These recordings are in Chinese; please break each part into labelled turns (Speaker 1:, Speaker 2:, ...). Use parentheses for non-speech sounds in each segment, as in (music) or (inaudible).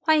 Speaker 1: 欢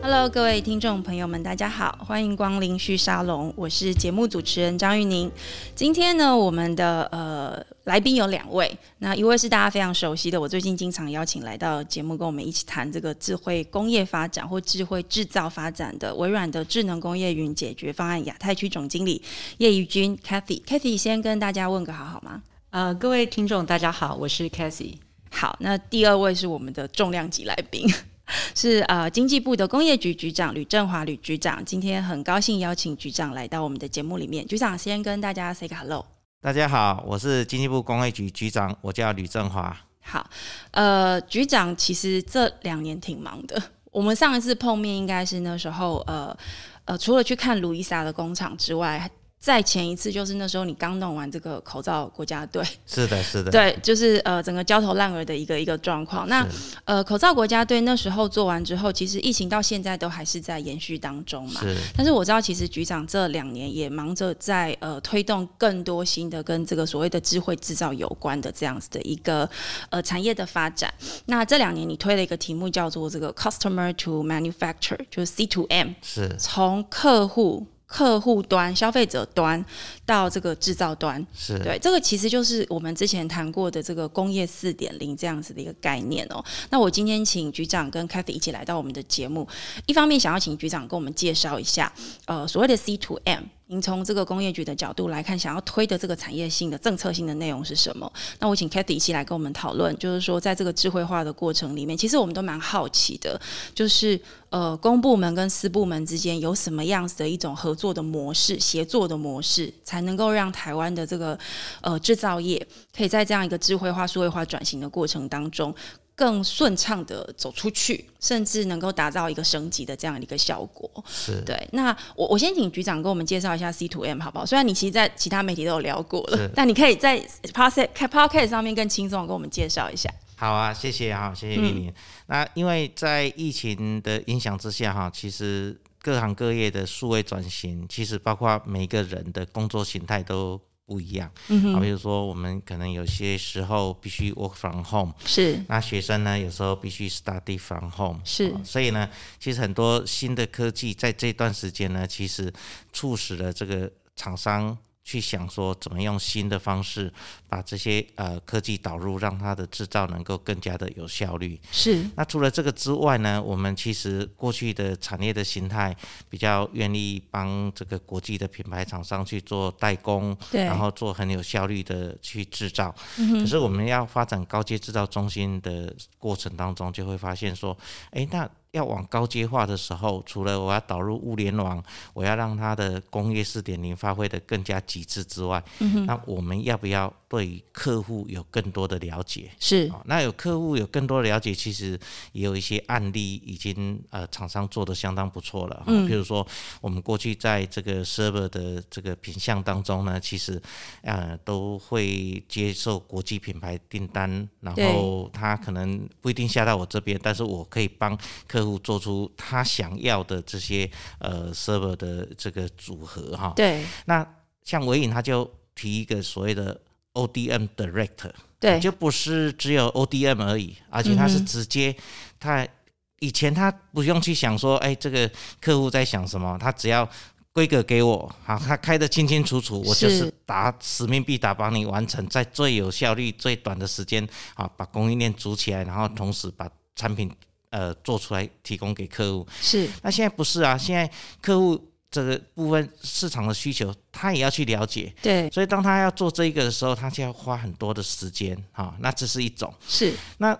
Speaker 1: Hello，各位听众朋友们，大家好，欢迎光临旭沙龙，我是节目主持人张玉宁。今天呢，我们的呃来宾有两位，那一位是大家非常熟悉的，我最近经常邀请来到节目跟我们一起谈这个智慧工业发展或智慧制造发展的微软的智能工业云解决方案亚太区总经理叶怡君 Kathy，Kathy 先跟大家问个好好吗？
Speaker 2: 呃，各位听众，大家好，我是 Cassie。
Speaker 1: 好，那第二位是我们的重量级来宾， (laughs) 是呃经济部的工业局局长吕振华吕局长。今天很高兴邀请局长来到我们的节目里面。局长先跟大家 say 个 hello。
Speaker 3: 大家好，我是经济部工业局局长，我叫吕振华。
Speaker 1: 好，呃，局长其实这两年挺忙的。我们上一次碰面应该是那时候，呃呃，除了去看卢伊莎的工厂之外，再前一次就是那时候你刚弄完这个口罩国家队，
Speaker 3: 是的，是的，
Speaker 1: 对，就是呃整个焦头烂额的一个一个状况。那呃，口罩国家队那时候做完之后，其实疫情到现在都还是在延续当中嘛。
Speaker 3: 是
Speaker 1: 但是我知道，其实局长这两年也忙着在呃推动更多新的跟这个所谓的智慧制造有关的这样子的一个呃产业的发展。那这两年你推了一个题目叫做这个 customer to manufacture，就是 C to M，
Speaker 3: 是
Speaker 1: 从客户。客户端、消费者端到这个制造端，
Speaker 3: 是
Speaker 1: 对，这个其实就是我们之前谈过的这个工业四点零这样子的一个概念哦。那我今天请局长跟 Kathy 一起来到我们的节目，一方面想要请局长跟我们介绍一下，呃，所谓的 C to M，您从这个工业局的角度来看，想要推的这个产业性的政策性的内容是什么？那我请 Kathy 一起来跟我们讨论，就是说在这个智慧化的过程里面，其实我们都蛮好奇的，就是呃，公部门跟私部门之间有什么样子的一种合作的模式、协作的模式，才能够让台湾的这个呃制造业可以在这样一个智慧化、数位化转型的过程当中，更顺畅的走出去，甚至能够达到一个升级的这样的一个效果。
Speaker 3: 是
Speaker 1: 对，那我我先请局长给我们介绍一下 C to M 好不好？虽然你其实，在其他媒体都有聊过了
Speaker 3: 是，
Speaker 1: 但你可以在 podcast podcast 上面更轻松地跟我们介绍一下。
Speaker 3: 好啊，谢谢哈、谢谢玉
Speaker 1: 嗯
Speaker 3: 林。那因为在疫情的影响之下哈、其实各行各业的数位转型，其实包括每个人的工作形态都不一样。嗯啊，比如说我们可能有些时候必须 work from home，
Speaker 1: 是
Speaker 3: 那学生呢有时候必须 study from home。
Speaker 1: 是
Speaker 3: 啊所以呢，其实很多新的科技在这段时间呢，其实促使了这个厂商去想说，怎么用新的方式把这些呃科技导入，让它的制造能够更加的有效率。
Speaker 1: 是
Speaker 3: 那除了这个之外呢，我们其实过去的产业的形态比较愿意帮这个国际的品牌厂商去做代工，
Speaker 1: 对
Speaker 3: 然后做很有效率的去制造。可是我们要发展高阶制造中心的过程当中，就会发现说，诶，那。要往高阶化的时候，除了我要导入物联网，我要让它的工业四点零发挥的更加极致之外，那我们要不要对于客户有更多的了解？
Speaker 1: 是
Speaker 3: 哦，那有客户有更多的了解，其实也有一些案例已经呃厂商做的相当不错了。哈、譬如说我们过去在这个 server 的这个品项当中呢，其实呃都会接受国际品牌订单，然后他可能不一定下到我这边，但是我可以帮客户做出他想要的这些呃 server 的这个组合哈。
Speaker 1: 对
Speaker 3: 那像伟影他就提一个所谓的 ODM Direct。
Speaker 1: 对嗯
Speaker 3: 就不是只有 ODM 而已，而且它是直接，它以前它不用去想说，哎，这个客户在想什么，他只要规格给我，好，他开的清清楚楚，我就是是打使命必达，帮你完成，在最有效率、最短的时间，啊，把供应链组起来，然后同时把产品呃做出来，提供给客户。
Speaker 1: 是
Speaker 3: 那现在不是啊，现在客户这个部分市场的需求，他也要去了解。
Speaker 1: 对
Speaker 3: 所以当他要做这一个的时候，他就要花很多的时间哈、那这是一种。
Speaker 1: 是
Speaker 3: 那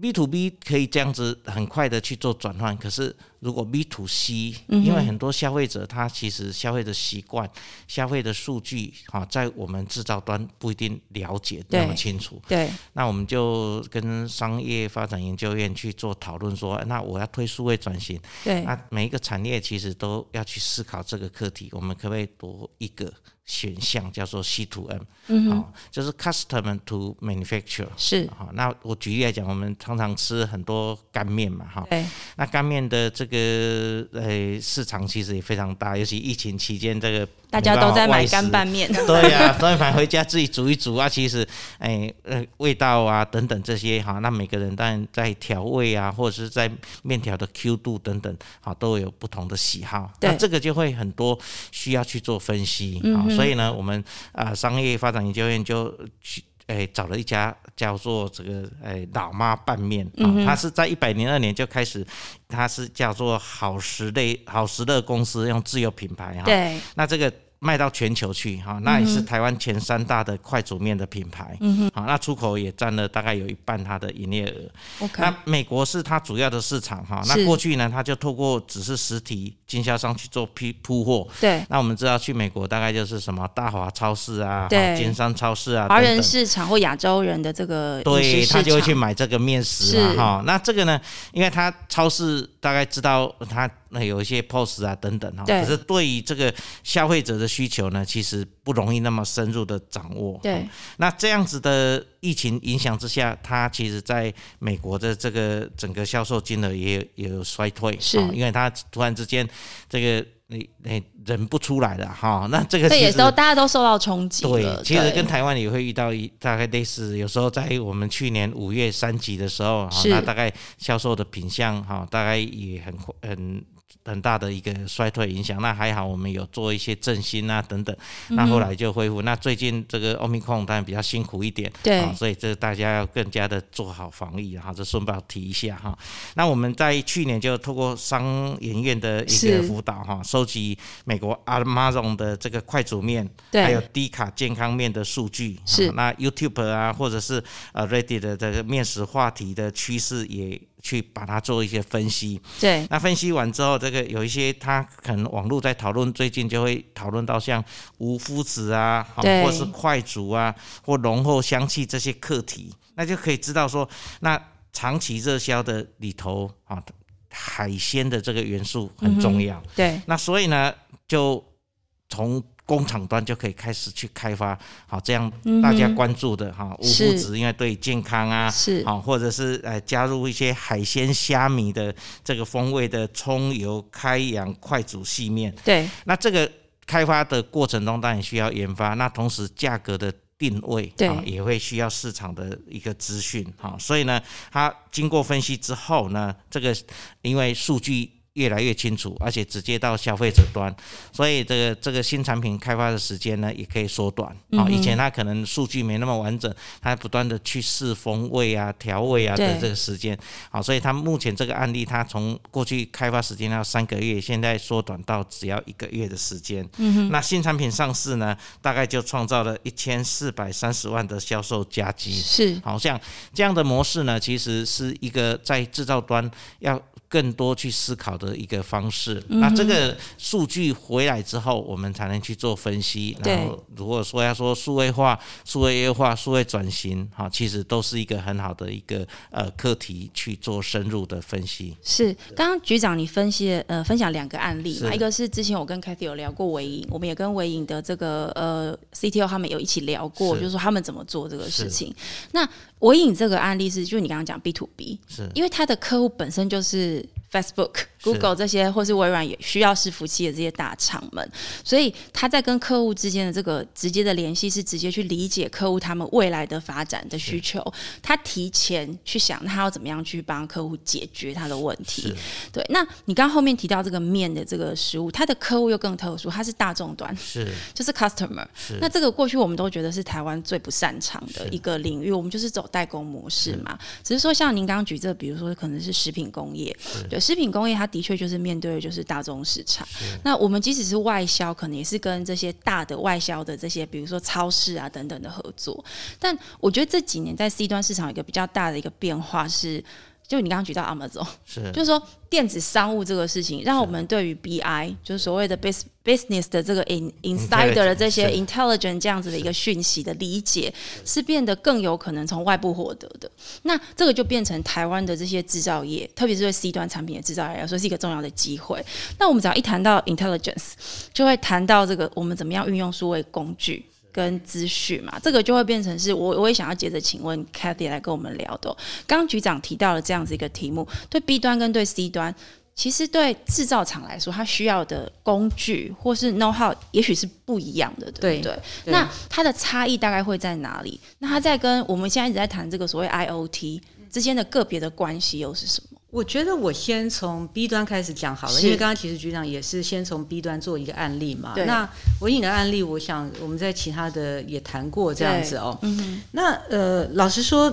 Speaker 3: B to B 可以这样子很快的去做转换，可是如果 B to C，因
Speaker 1: 嗯
Speaker 3: 为很多消费者他其实消费的习惯、消费的数据哈、在我们制造端不一定了解那么
Speaker 1: 对
Speaker 3: 清楚。
Speaker 1: 对
Speaker 3: 那我们就跟商业发展研究院去做讨论说，那我要推数位转型，
Speaker 1: 对
Speaker 3: 啊那每一个产业其实都要去思考这个课题，我们可不可以多一个选项，叫做 C to M，嗯，好，就是 Customer to Manufacture。
Speaker 1: 是，
Speaker 3: 好，那我举例来讲，我们常常吃很多干面嘛，哈，
Speaker 1: 对，
Speaker 3: 那干面的这个呃市场其实也非常大，尤其疫情期间，这个
Speaker 1: 大家都在买干
Speaker 3: 拌。
Speaker 1: 拌面，
Speaker 3: (laughs) 对啊呀、所以买回家自己煮一煮啊，其实，哎，呃，味道啊等等这些哈，那每个人当然在调味啊，或者是在面条的 Q 度等等，好，都有不同的喜好。
Speaker 1: 对
Speaker 3: 那这个就会很多需要去做分析啊、所以呢，我们啊、呃商业发展研究院就去。哎，找了一家叫做这个哎老妈拌面啊，它是在一百零二年就开始，它是叫做好时类好时乐公司用自有品牌哈，
Speaker 1: 对，
Speaker 3: 那这个卖到全球去
Speaker 1: 嗯
Speaker 3: 哈，那也是台湾前三大的快煮面的品牌。嗯好，那出口也占了大概有一半它的营业额。
Speaker 1: OK，
Speaker 3: 那美国是它主要的市场哈，那
Speaker 1: 是
Speaker 3: 过去呢，它就透过只是实体经销商去做批铺货。
Speaker 1: 对，
Speaker 3: 那我们知道去美国大概就是什么大华超市啊、
Speaker 1: 对
Speaker 3: 金山超市啊，
Speaker 1: 华
Speaker 3: 等
Speaker 1: 人
Speaker 3: 等
Speaker 1: 市场或亚洲人的这个饮食
Speaker 3: 对
Speaker 1: 市
Speaker 3: 他就会
Speaker 1: 场
Speaker 3: 去买这个面食嘛
Speaker 1: 是
Speaker 3: 哈。那这个呢，因为他超市大概知道他那有一些 POS 啊等等哈，
Speaker 1: 对
Speaker 3: 可是对于这个消费者的需求呢，其实不容易那么深入的掌握。
Speaker 1: 对，
Speaker 3: 那这样子的疫情影响之下，它其实在美国的这个整个销售金额也有也有衰退，
Speaker 1: 是
Speaker 3: 哦因为它突然之间这个你你人不出来了哈、那这个
Speaker 1: 这
Speaker 3: 其
Speaker 1: 也
Speaker 3: 实
Speaker 1: 都大家都受到冲击了
Speaker 3: 对，，其实
Speaker 1: 对
Speaker 3: 跟台湾也会遇到一大概类似，有时候在我们去年五月三级的时候，哈
Speaker 1: 是
Speaker 3: 那大概销售的品相哈，大概也很很。很大的一个衰退影响，那还好我们有做一些振兴啊等等，
Speaker 1: 嗯
Speaker 3: 那后来就恢复。那最近这个奥密克戎当然比较辛苦一点，
Speaker 1: 对
Speaker 3: 啊所以这大家要更加的做好防疫，哈，这顺便提一下哈。那我们在去年就透过商研院的一
Speaker 1: 是
Speaker 3: 个辅导哈，收集美国阿玛荣的这个快煮面，
Speaker 1: 对
Speaker 3: 还有低卡健康面的数据，
Speaker 1: 是
Speaker 3: 啊那 YouTube 啊，或者是呃 Reddit 的这个面食话题的趋势也去把它做一些分析。
Speaker 1: 对
Speaker 3: 那分析完之后，这个有一些它可能网络在讨论，最近就会讨论到像无麸质啊，好
Speaker 1: 对
Speaker 3: 或是快煮啊，或浓厚香气这些课题，那就可以知道说，那长期热销的里头啊，海鲜的这个元素
Speaker 1: 嗯
Speaker 3: 很重要。
Speaker 1: 对
Speaker 3: 那所以呢，就从工厂端就可以开始去开发，好这样大家关注的哈，
Speaker 1: 嗯
Speaker 3: 无
Speaker 1: 是
Speaker 3: 麸质因为对健康啊，
Speaker 1: 是
Speaker 3: 好或者是呃加入一些海鲜虾米的这个风味的葱油开洋快煮细面，
Speaker 1: 对
Speaker 3: 那这个开发的过程中当然需要研发，那同时价格的定位
Speaker 1: 对
Speaker 3: 啊也会需要市场的一个资讯哈，所以呢，它经过分析之后呢，这个因为数据。越来越清楚，而且直接到消费者端，所以这个这个新产品开发的时间呢，也可以缩短啊、以前它可能数据没那么完整，它不断的去试风味啊、调味啊的
Speaker 1: 对
Speaker 3: 这个时间，好，所以它目前这个案例，它从过去开发时间要三个月，现在缩短到只要一个月的时间。嗯那新产品上市呢，大概就创造了一千四百三十万的销售佳绩。
Speaker 1: 是
Speaker 3: 好像这样的模式呢，其实是一个在制造端要更多去思考的一个方式。
Speaker 1: 嗯
Speaker 3: 那这个数据回来之后，我们才能去做分析。
Speaker 1: 对
Speaker 3: 然后，如果说要说数位化、数位优化、数位转型，哈，其实都是一个很好的一个呃课题去做深入的分析。
Speaker 1: 是。刚刚局长你分析了呃分享两个案例嘛，
Speaker 3: 是
Speaker 1: 一个是之前我跟 Kathy 有聊过维影，我们也跟维影的这个呃 CTO 他们有一起聊过，
Speaker 3: 是
Speaker 1: 就是说他们怎么做这个事
Speaker 3: 是
Speaker 1: 情。那维影这个案例是，就是你刚刚讲 B to B，
Speaker 3: 是
Speaker 1: 因为他的客户本身就是。Facebook、Google 这些，或是微软也需要伺服器的这些大厂们，所以他在跟客户之间的这个直接的联系是直接去理解客户他们未来的发展的需求，他提前去想他要怎么样去帮客户解决他的问题
Speaker 3: 是。
Speaker 1: 对，那你刚刚后面提到这个面的这个食物，它的客户又更特殊，它是大众端，
Speaker 3: 是
Speaker 1: (laughs) 就是 customer。
Speaker 3: 是
Speaker 1: 那这个过去我们都觉得是台湾最不擅长的一个领域，我们就是走代工模式嘛。只是说像您刚刚举这，比如说可能是食品工业，对食品工业，它的确就是面对的就是大众市场。那我们即使是外销，可能也是跟这些大的外销的这些，比如说超市啊等等的合作。但我觉得这几年在 C 端市场有一个比较大的一个变化是。就你刚刚举到 Amazon，
Speaker 3: 是
Speaker 1: 就是说电子商务这个事情，让我们对于 BI 就是所谓的 bus business 的这个 in insider 的这些
Speaker 3: 是
Speaker 1: intelligent 这样子的一个讯息的理解，是变得更有可能从外部获得的。那这个就变成台湾的这些制造业，特别是对 C 端产品的制造业来说，是一个重要的机会。那我们只要一谈到 intelligence，就会谈到这个我们怎么样运用数位工具。跟资讯嘛，这个就会变成是我我也想要接着请问 Cathy 来跟我们聊的哦、刚刚局长提到了这样子一个题目，对 B 端跟对 C 端，其实对制造厂来说，它需要的工具或是 know how 也许是不一样的，对不对？
Speaker 2: 对
Speaker 1: 那它的差异大概会在哪里？那它在跟我们现在一直在谈这个所谓 IOT 之间的个别的关系又是什么？
Speaker 2: 我觉得我先从 B 端开始讲好了，
Speaker 1: 是
Speaker 2: 因为刚刚其实局长也是先从 B 端做一个案例嘛
Speaker 1: 对。
Speaker 2: 那我引的案例，我想我们在其他的也谈过这样子哦。
Speaker 1: 嗯
Speaker 2: 那呃，老实说，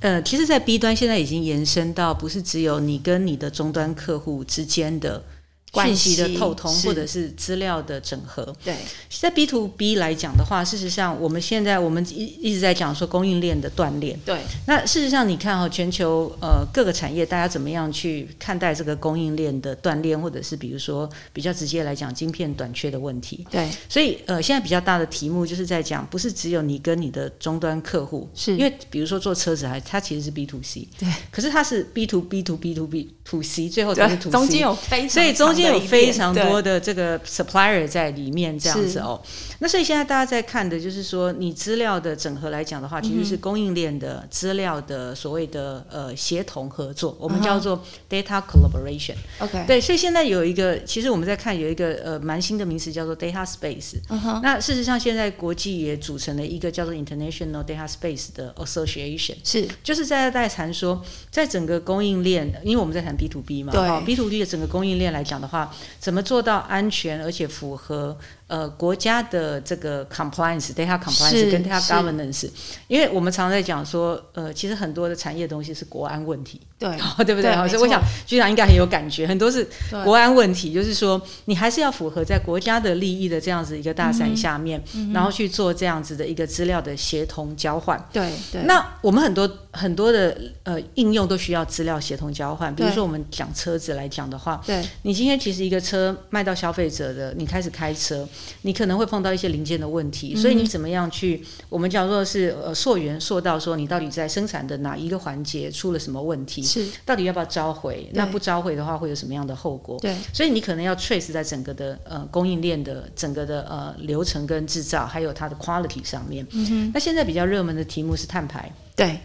Speaker 2: 呃，其实，在 B 端现在已经延伸到不是只有你跟你的终端客户之间的
Speaker 1: 关
Speaker 2: 讯
Speaker 1: 系
Speaker 2: 息的透通，
Speaker 1: 是
Speaker 2: 或者是资料的整合。
Speaker 1: 对，
Speaker 2: 在 B to B 来讲的话，事实上我们现在我们一一直在讲说供应链的断裂。
Speaker 1: 对，
Speaker 2: 那事实上，你看哈、全球呃各个产业，大家怎么样去看待这个供应链的断裂，或者是比如说比较直接来讲，晶片短缺的问题。
Speaker 1: 对，
Speaker 2: 所以呃，现在比较大的题目就是在讲，不是只有你跟你的终端客户，
Speaker 1: 是
Speaker 2: 因为比如说做车子还它其实是 B to C，
Speaker 1: 对，
Speaker 2: 可是它是 B to B to B to B to C，最后才是 to C，
Speaker 1: 中间有非常
Speaker 2: 所以中间有非常
Speaker 1: 长的
Speaker 2: 多
Speaker 1: 一片
Speaker 2: 的这个 supplier 在里面这样子哦。那所以现在大家在看的就是说，你资料的整合来讲的话，其实
Speaker 1: 嗯
Speaker 2: 是供应链的资料的所谓的呃协同合作，我
Speaker 1: 嗯
Speaker 2: 们叫做 data collaboration。
Speaker 1: 对 OK，
Speaker 2: 对，所以现在有一个，其实我们在看有一个呃蛮新的名词叫做 data space。那
Speaker 1: 嗯哦
Speaker 2: 事实上，现在国际也组成了一个叫做 International Data Space 的 Association。
Speaker 1: 是
Speaker 2: 就是在在谈说，在整个供应链，因为我们在谈 B to B 嘛，哦
Speaker 1: 对
Speaker 2: b to B 的整个供应链来讲的话，怎么做到安全而且符合呃国家的这个 compliance、data
Speaker 1: 是
Speaker 2: compliance 跟 data
Speaker 1: 是
Speaker 2: governance？因为我们常常在讲说，呃，其实很多的产业东西是国安问题， (laughs) 哦
Speaker 1: 对，
Speaker 2: 对不对？
Speaker 1: 对
Speaker 2: 好
Speaker 1: 没
Speaker 2: 所以我
Speaker 1: 错
Speaker 2: 想局长应该很有感觉，很多是
Speaker 1: 对
Speaker 2: 国安问题，就是说你还是要符合在国家的利益的这样子一个大
Speaker 1: 嗯
Speaker 2: 伞下面，然后去做这样子的一个资料的协同交换。
Speaker 1: 对对，
Speaker 2: 那我们很多很多的呃应用都需要资料协同交换，比如
Speaker 1: 对
Speaker 2: 说我们讲车子来讲的话，
Speaker 1: 对
Speaker 2: 你今天其实一个车卖到消费者的，你开始开车，你可能会碰到一些零件的问题，所以你怎么样去，我们叫做是呃溯源溯到说你到底在生产的哪一个环节出了什么问题，
Speaker 1: 是，
Speaker 2: 到底要不要召回？那
Speaker 1: 对
Speaker 2: 不召回的话会有什么样的后果？
Speaker 1: 对
Speaker 2: 所以你可能要 trace 在整个的呃供应链的整个的呃流程跟制造，还有它的 quality 上面。嗯、那现在比较热门的题目是碳排。
Speaker 1: 对，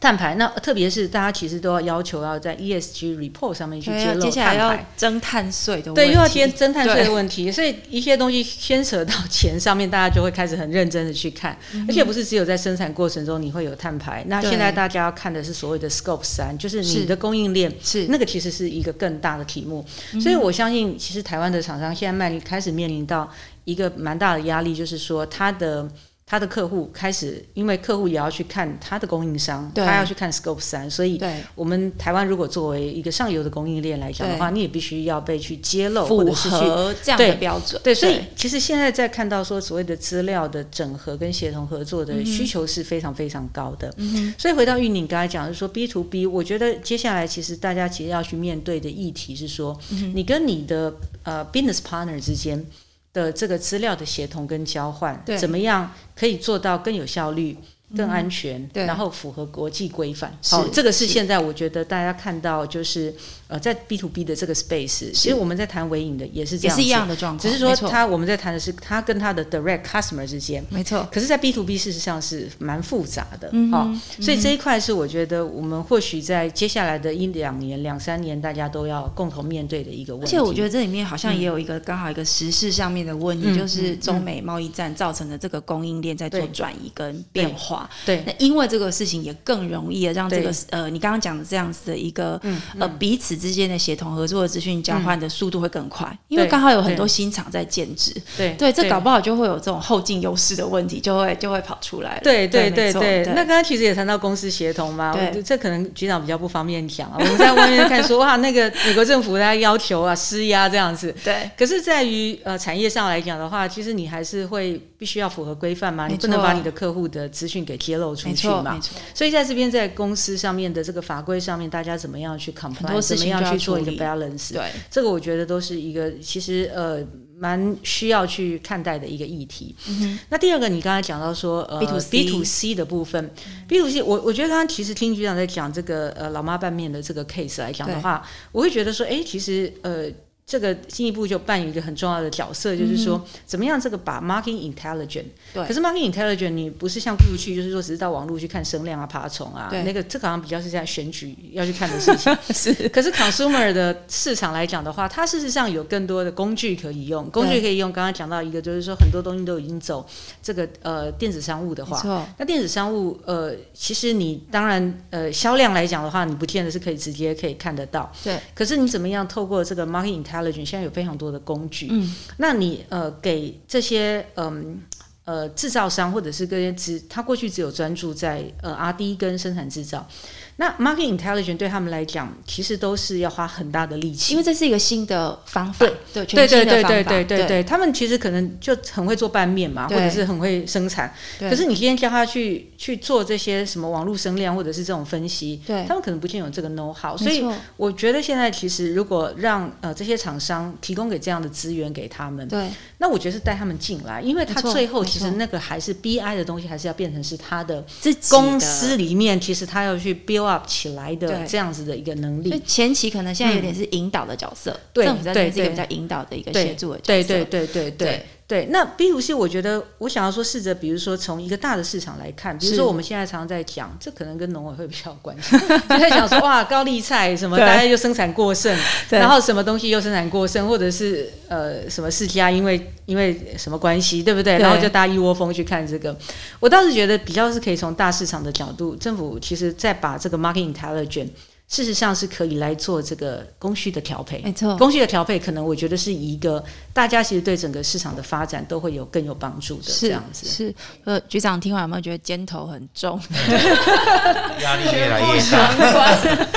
Speaker 2: 碳排，那特别是大家其实都要要求要在 ESG report 上面去揭露
Speaker 1: 接下来
Speaker 2: 碳
Speaker 1: 要
Speaker 2: 排，
Speaker 1: 征碳税的问题，
Speaker 2: 对，又要揭侦探税
Speaker 1: 对
Speaker 2: 的问题，所以一些东西牵扯到钱上面，大家就会开始很认真的去看，而且不是只有在生产过程中你会有碳排，那
Speaker 1: 嗯对
Speaker 2: 现在大家要看的是所谓的 scope 三，就是
Speaker 1: 是
Speaker 2: 你的供应链
Speaker 1: 是
Speaker 2: 那个其实是一个更大的题目，
Speaker 1: 嗯
Speaker 2: 所以我相信，其实台湾的厂商现在面临开始面临到一个蛮大的压力，就是说他的他的客户开始，因为客户也要去看他的供应商，
Speaker 1: 对
Speaker 2: 他要去看 Scope 三，所以
Speaker 1: 对
Speaker 2: 我们台湾如果作为一个上游的供应链来讲的话，你也必须要被去揭露，或
Speaker 1: 符
Speaker 2: 者是去
Speaker 1: 合这样的
Speaker 2: 对
Speaker 1: 标准，
Speaker 2: 对，所以其实现在在看到说所谓的资料的整合跟协同合作的需求是非常非常高的。
Speaker 1: 嗯
Speaker 2: 所以回到玉宁刚才讲，就是说 B to B，我觉得接下来其实大家其实要去面对的议题是说，
Speaker 1: 嗯
Speaker 2: 你跟你的呃 business partner 之间的这个资料的协同跟交换
Speaker 1: 对，嗯
Speaker 2: 怎么样可以做到更有效率？更安全，
Speaker 1: 对
Speaker 2: 然后符合国际规范。
Speaker 1: 是
Speaker 2: 好、这个是
Speaker 1: 是
Speaker 2: 现在我觉得大家看到，就是呃，在 B to B 的这个 space，其实我们在谈微影的也是这
Speaker 1: 也
Speaker 2: 样
Speaker 1: 是一
Speaker 2: 子，
Speaker 1: 样的状况，
Speaker 2: 只是说
Speaker 1: 没错
Speaker 2: 他我们在谈的是他跟他的 direct customer 之间，
Speaker 1: 没错，
Speaker 2: 可是，在 B to B 事实上是蛮复杂的，
Speaker 1: 嗯
Speaker 2: 好、所以这一块是我觉得我们或许在接下来的一两年、两三年，大家都要共同面对的一个问
Speaker 1: 而
Speaker 2: 题。
Speaker 1: 且我觉得这里面好像也有一个刚好一个时事上面的问题，
Speaker 2: 嗯
Speaker 1: 就是中美贸易战造成的这个供应链在做
Speaker 2: 对
Speaker 1: 转移跟变化。
Speaker 2: 对
Speaker 1: 那因为这个事情也更容易地让这个
Speaker 2: 对嗯
Speaker 1: 呃，你刚刚讲的这样子的一个、呃彼此之间的协同合作的资讯交换的速度会更快，因为
Speaker 2: 对
Speaker 1: 刚好有很多
Speaker 2: 对
Speaker 1: 新厂在建制，
Speaker 2: 对
Speaker 1: 对，这搞不好就会有这种后进优势的问题，就会就会跑出来了。
Speaker 2: 对对
Speaker 1: 没
Speaker 2: 对
Speaker 1: 错
Speaker 2: 对，那刚刚其实也谈到公司协同嘛，
Speaker 1: 对
Speaker 2: 我觉得这可能局长比较不方便讲啊。我们在外面看说哇，那个美国政府他要求啊施压这样子，
Speaker 1: 对
Speaker 2: 可是，在于呃产业上来讲的话，其实你还是会必须要符合规范嘛，
Speaker 1: 没
Speaker 2: 你不能把你的客户的资讯给揭露出
Speaker 1: 没
Speaker 2: 去
Speaker 1: 错，没
Speaker 2: 嘛。
Speaker 1: 错，
Speaker 2: 所以在这边，在公司上面的这个法规上面，大家怎么样去 comply，
Speaker 1: 多事
Speaker 2: 怎么
Speaker 1: 情
Speaker 2: 样
Speaker 1: 就要
Speaker 2: 去做一个
Speaker 1: 处理
Speaker 2: balance，
Speaker 1: 对，
Speaker 2: 这个我觉得都是一个其实呃蛮需要去看待的一个议题。那第二个，你刚才讲到说呃
Speaker 1: 嗯 B to C 嗯
Speaker 2: B to C 的部分，B to C，我我觉得刚刚其实听局长在讲这个呃老妈拌面的这个 case 来讲的话，我会觉得说，哎，其实呃。这个进一步就扮演一个很重要的角色，就是说，怎么样这个把 marketing intelligent，
Speaker 1: 嗯对
Speaker 2: 可是 marketing intelligent 你不是像过去就是说只是到网络去看声量啊、爬虫啊
Speaker 1: 对，
Speaker 2: 那个这个好像比较是在选举要去看的事情。
Speaker 1: 是
Speaker 2: (laughs) 可是 consumer 的市场来讲的话，它事实上有更多的工具可以用，工具可以用。刚刚讲到一个，就是说很多东西都已经走这个呃电子商务的
Speaker 1: 没
Speaker 2: 话，
Speaker 1: 错，
Speaker 2: 那电子商务呃，其实你当然呃销量来讲的话，你不见得是可以直接可以看得到。
Speaker 1: 对。
Speaker 2: 可是你怎么样透过这个 market intelligence，现在有非常多的工具，
Speaker 1: 嗯，
Speaker 2: 那你呃给这些嗯。呃，制造商或者是这些只，他过去只有专注在呃 R D 跟生产制造，那 market intelligence 对他们来讲，其实都是要花很大的力气，
Speaker 1: 因为这是一个新的方法，对，
Speaker 2: 对
Speaker 1: 全
Speaker 2: 对
Speaker 1: 新
Speaker 2: 对
Speaker 1: 的方
Speaker 2: 对
Speaker 1: 法，
Speaker 2: 对对
Speaker 1: 对
Speaker 2: 对，他们其实可能就很会做拌面嘛，或
Speaker 1: 对
Speaker 2: 者是很会生产，
Speaker 1: 对
Speaker 2: 可是你今天叫他去去做这些什么网络声量或者是这种分析，
Speaker 1: 对
Speaker 2: 他们可能不见有这个 know how，所
Speaker 1: 没
Speaker 2: 以
Speaker 1: 错
Speaker 2: 我觉得现在其实如果让呃这些厂商提供给这样的资源给他们，
Speaker 1: 对
Speaker 2: 那我觉得是带他们进来，因为他
Speaker 1: 没错
Speaker 2: 最后其
Speaker 1: 没错
Speaker 2: 实那个还是 BI 的东西，还是要变成是他的
Speaker 1: 自己的
Speaker 2: 公司里面，其实他要去 build up 起来的
Speaker 1: 对
Speaker 2: 这样子的一个能
Speaker 1: 所以
Speaker 2: 力。
Speaker 1: 前期可能现在有点是引导的角色，
Speaker 2: 对
Speaker 1: 政府在这边是一个比
Speaker 2: 对
Speaker 1: 较引导的一个
Speaker 2: 对
Speaker 1: 协助的角
Speaker 2: 对
Speaker 1: 色，
Speaker 2: 对对对对
Speaker 1: 对
Speaker 2: 对，那 B to C，我觉得我想要说，试着比如说从一个大的市场来看，比如
Speaker 1: 是
Speaker 2: 说我们现在常常在讲，这可能跟农委会比较有关系， (laughs) 就在讲说哇，高丽菜什么，
Speaker 1: 对
Speaker 2: 大家又生产过剩，
Speaker 1: 对
Speaker 2: 然后什么东西又生产过剩，或者是呃什么世家因为因为什么关系，对不对？
Speaker 1: 对
Speaker 2: 然后就大家一窝蜂去看这个。我倒是觉得比较是可以从大市场的角度，政府其实在把这个 market intelligence。事实上是可以来做这个供需的调配，
Speaker 1: 没错，
Speaker 2: 供需的调配，可能我觉得是一个大家其实对整个市场的发展都会有更有帮助的这
Speaker 1: 是
Speaker 2: 样子。
Speaker 1: 是。呃，局长听完有没有觉得肩头很重？
Speaker 3: 压力越来越大。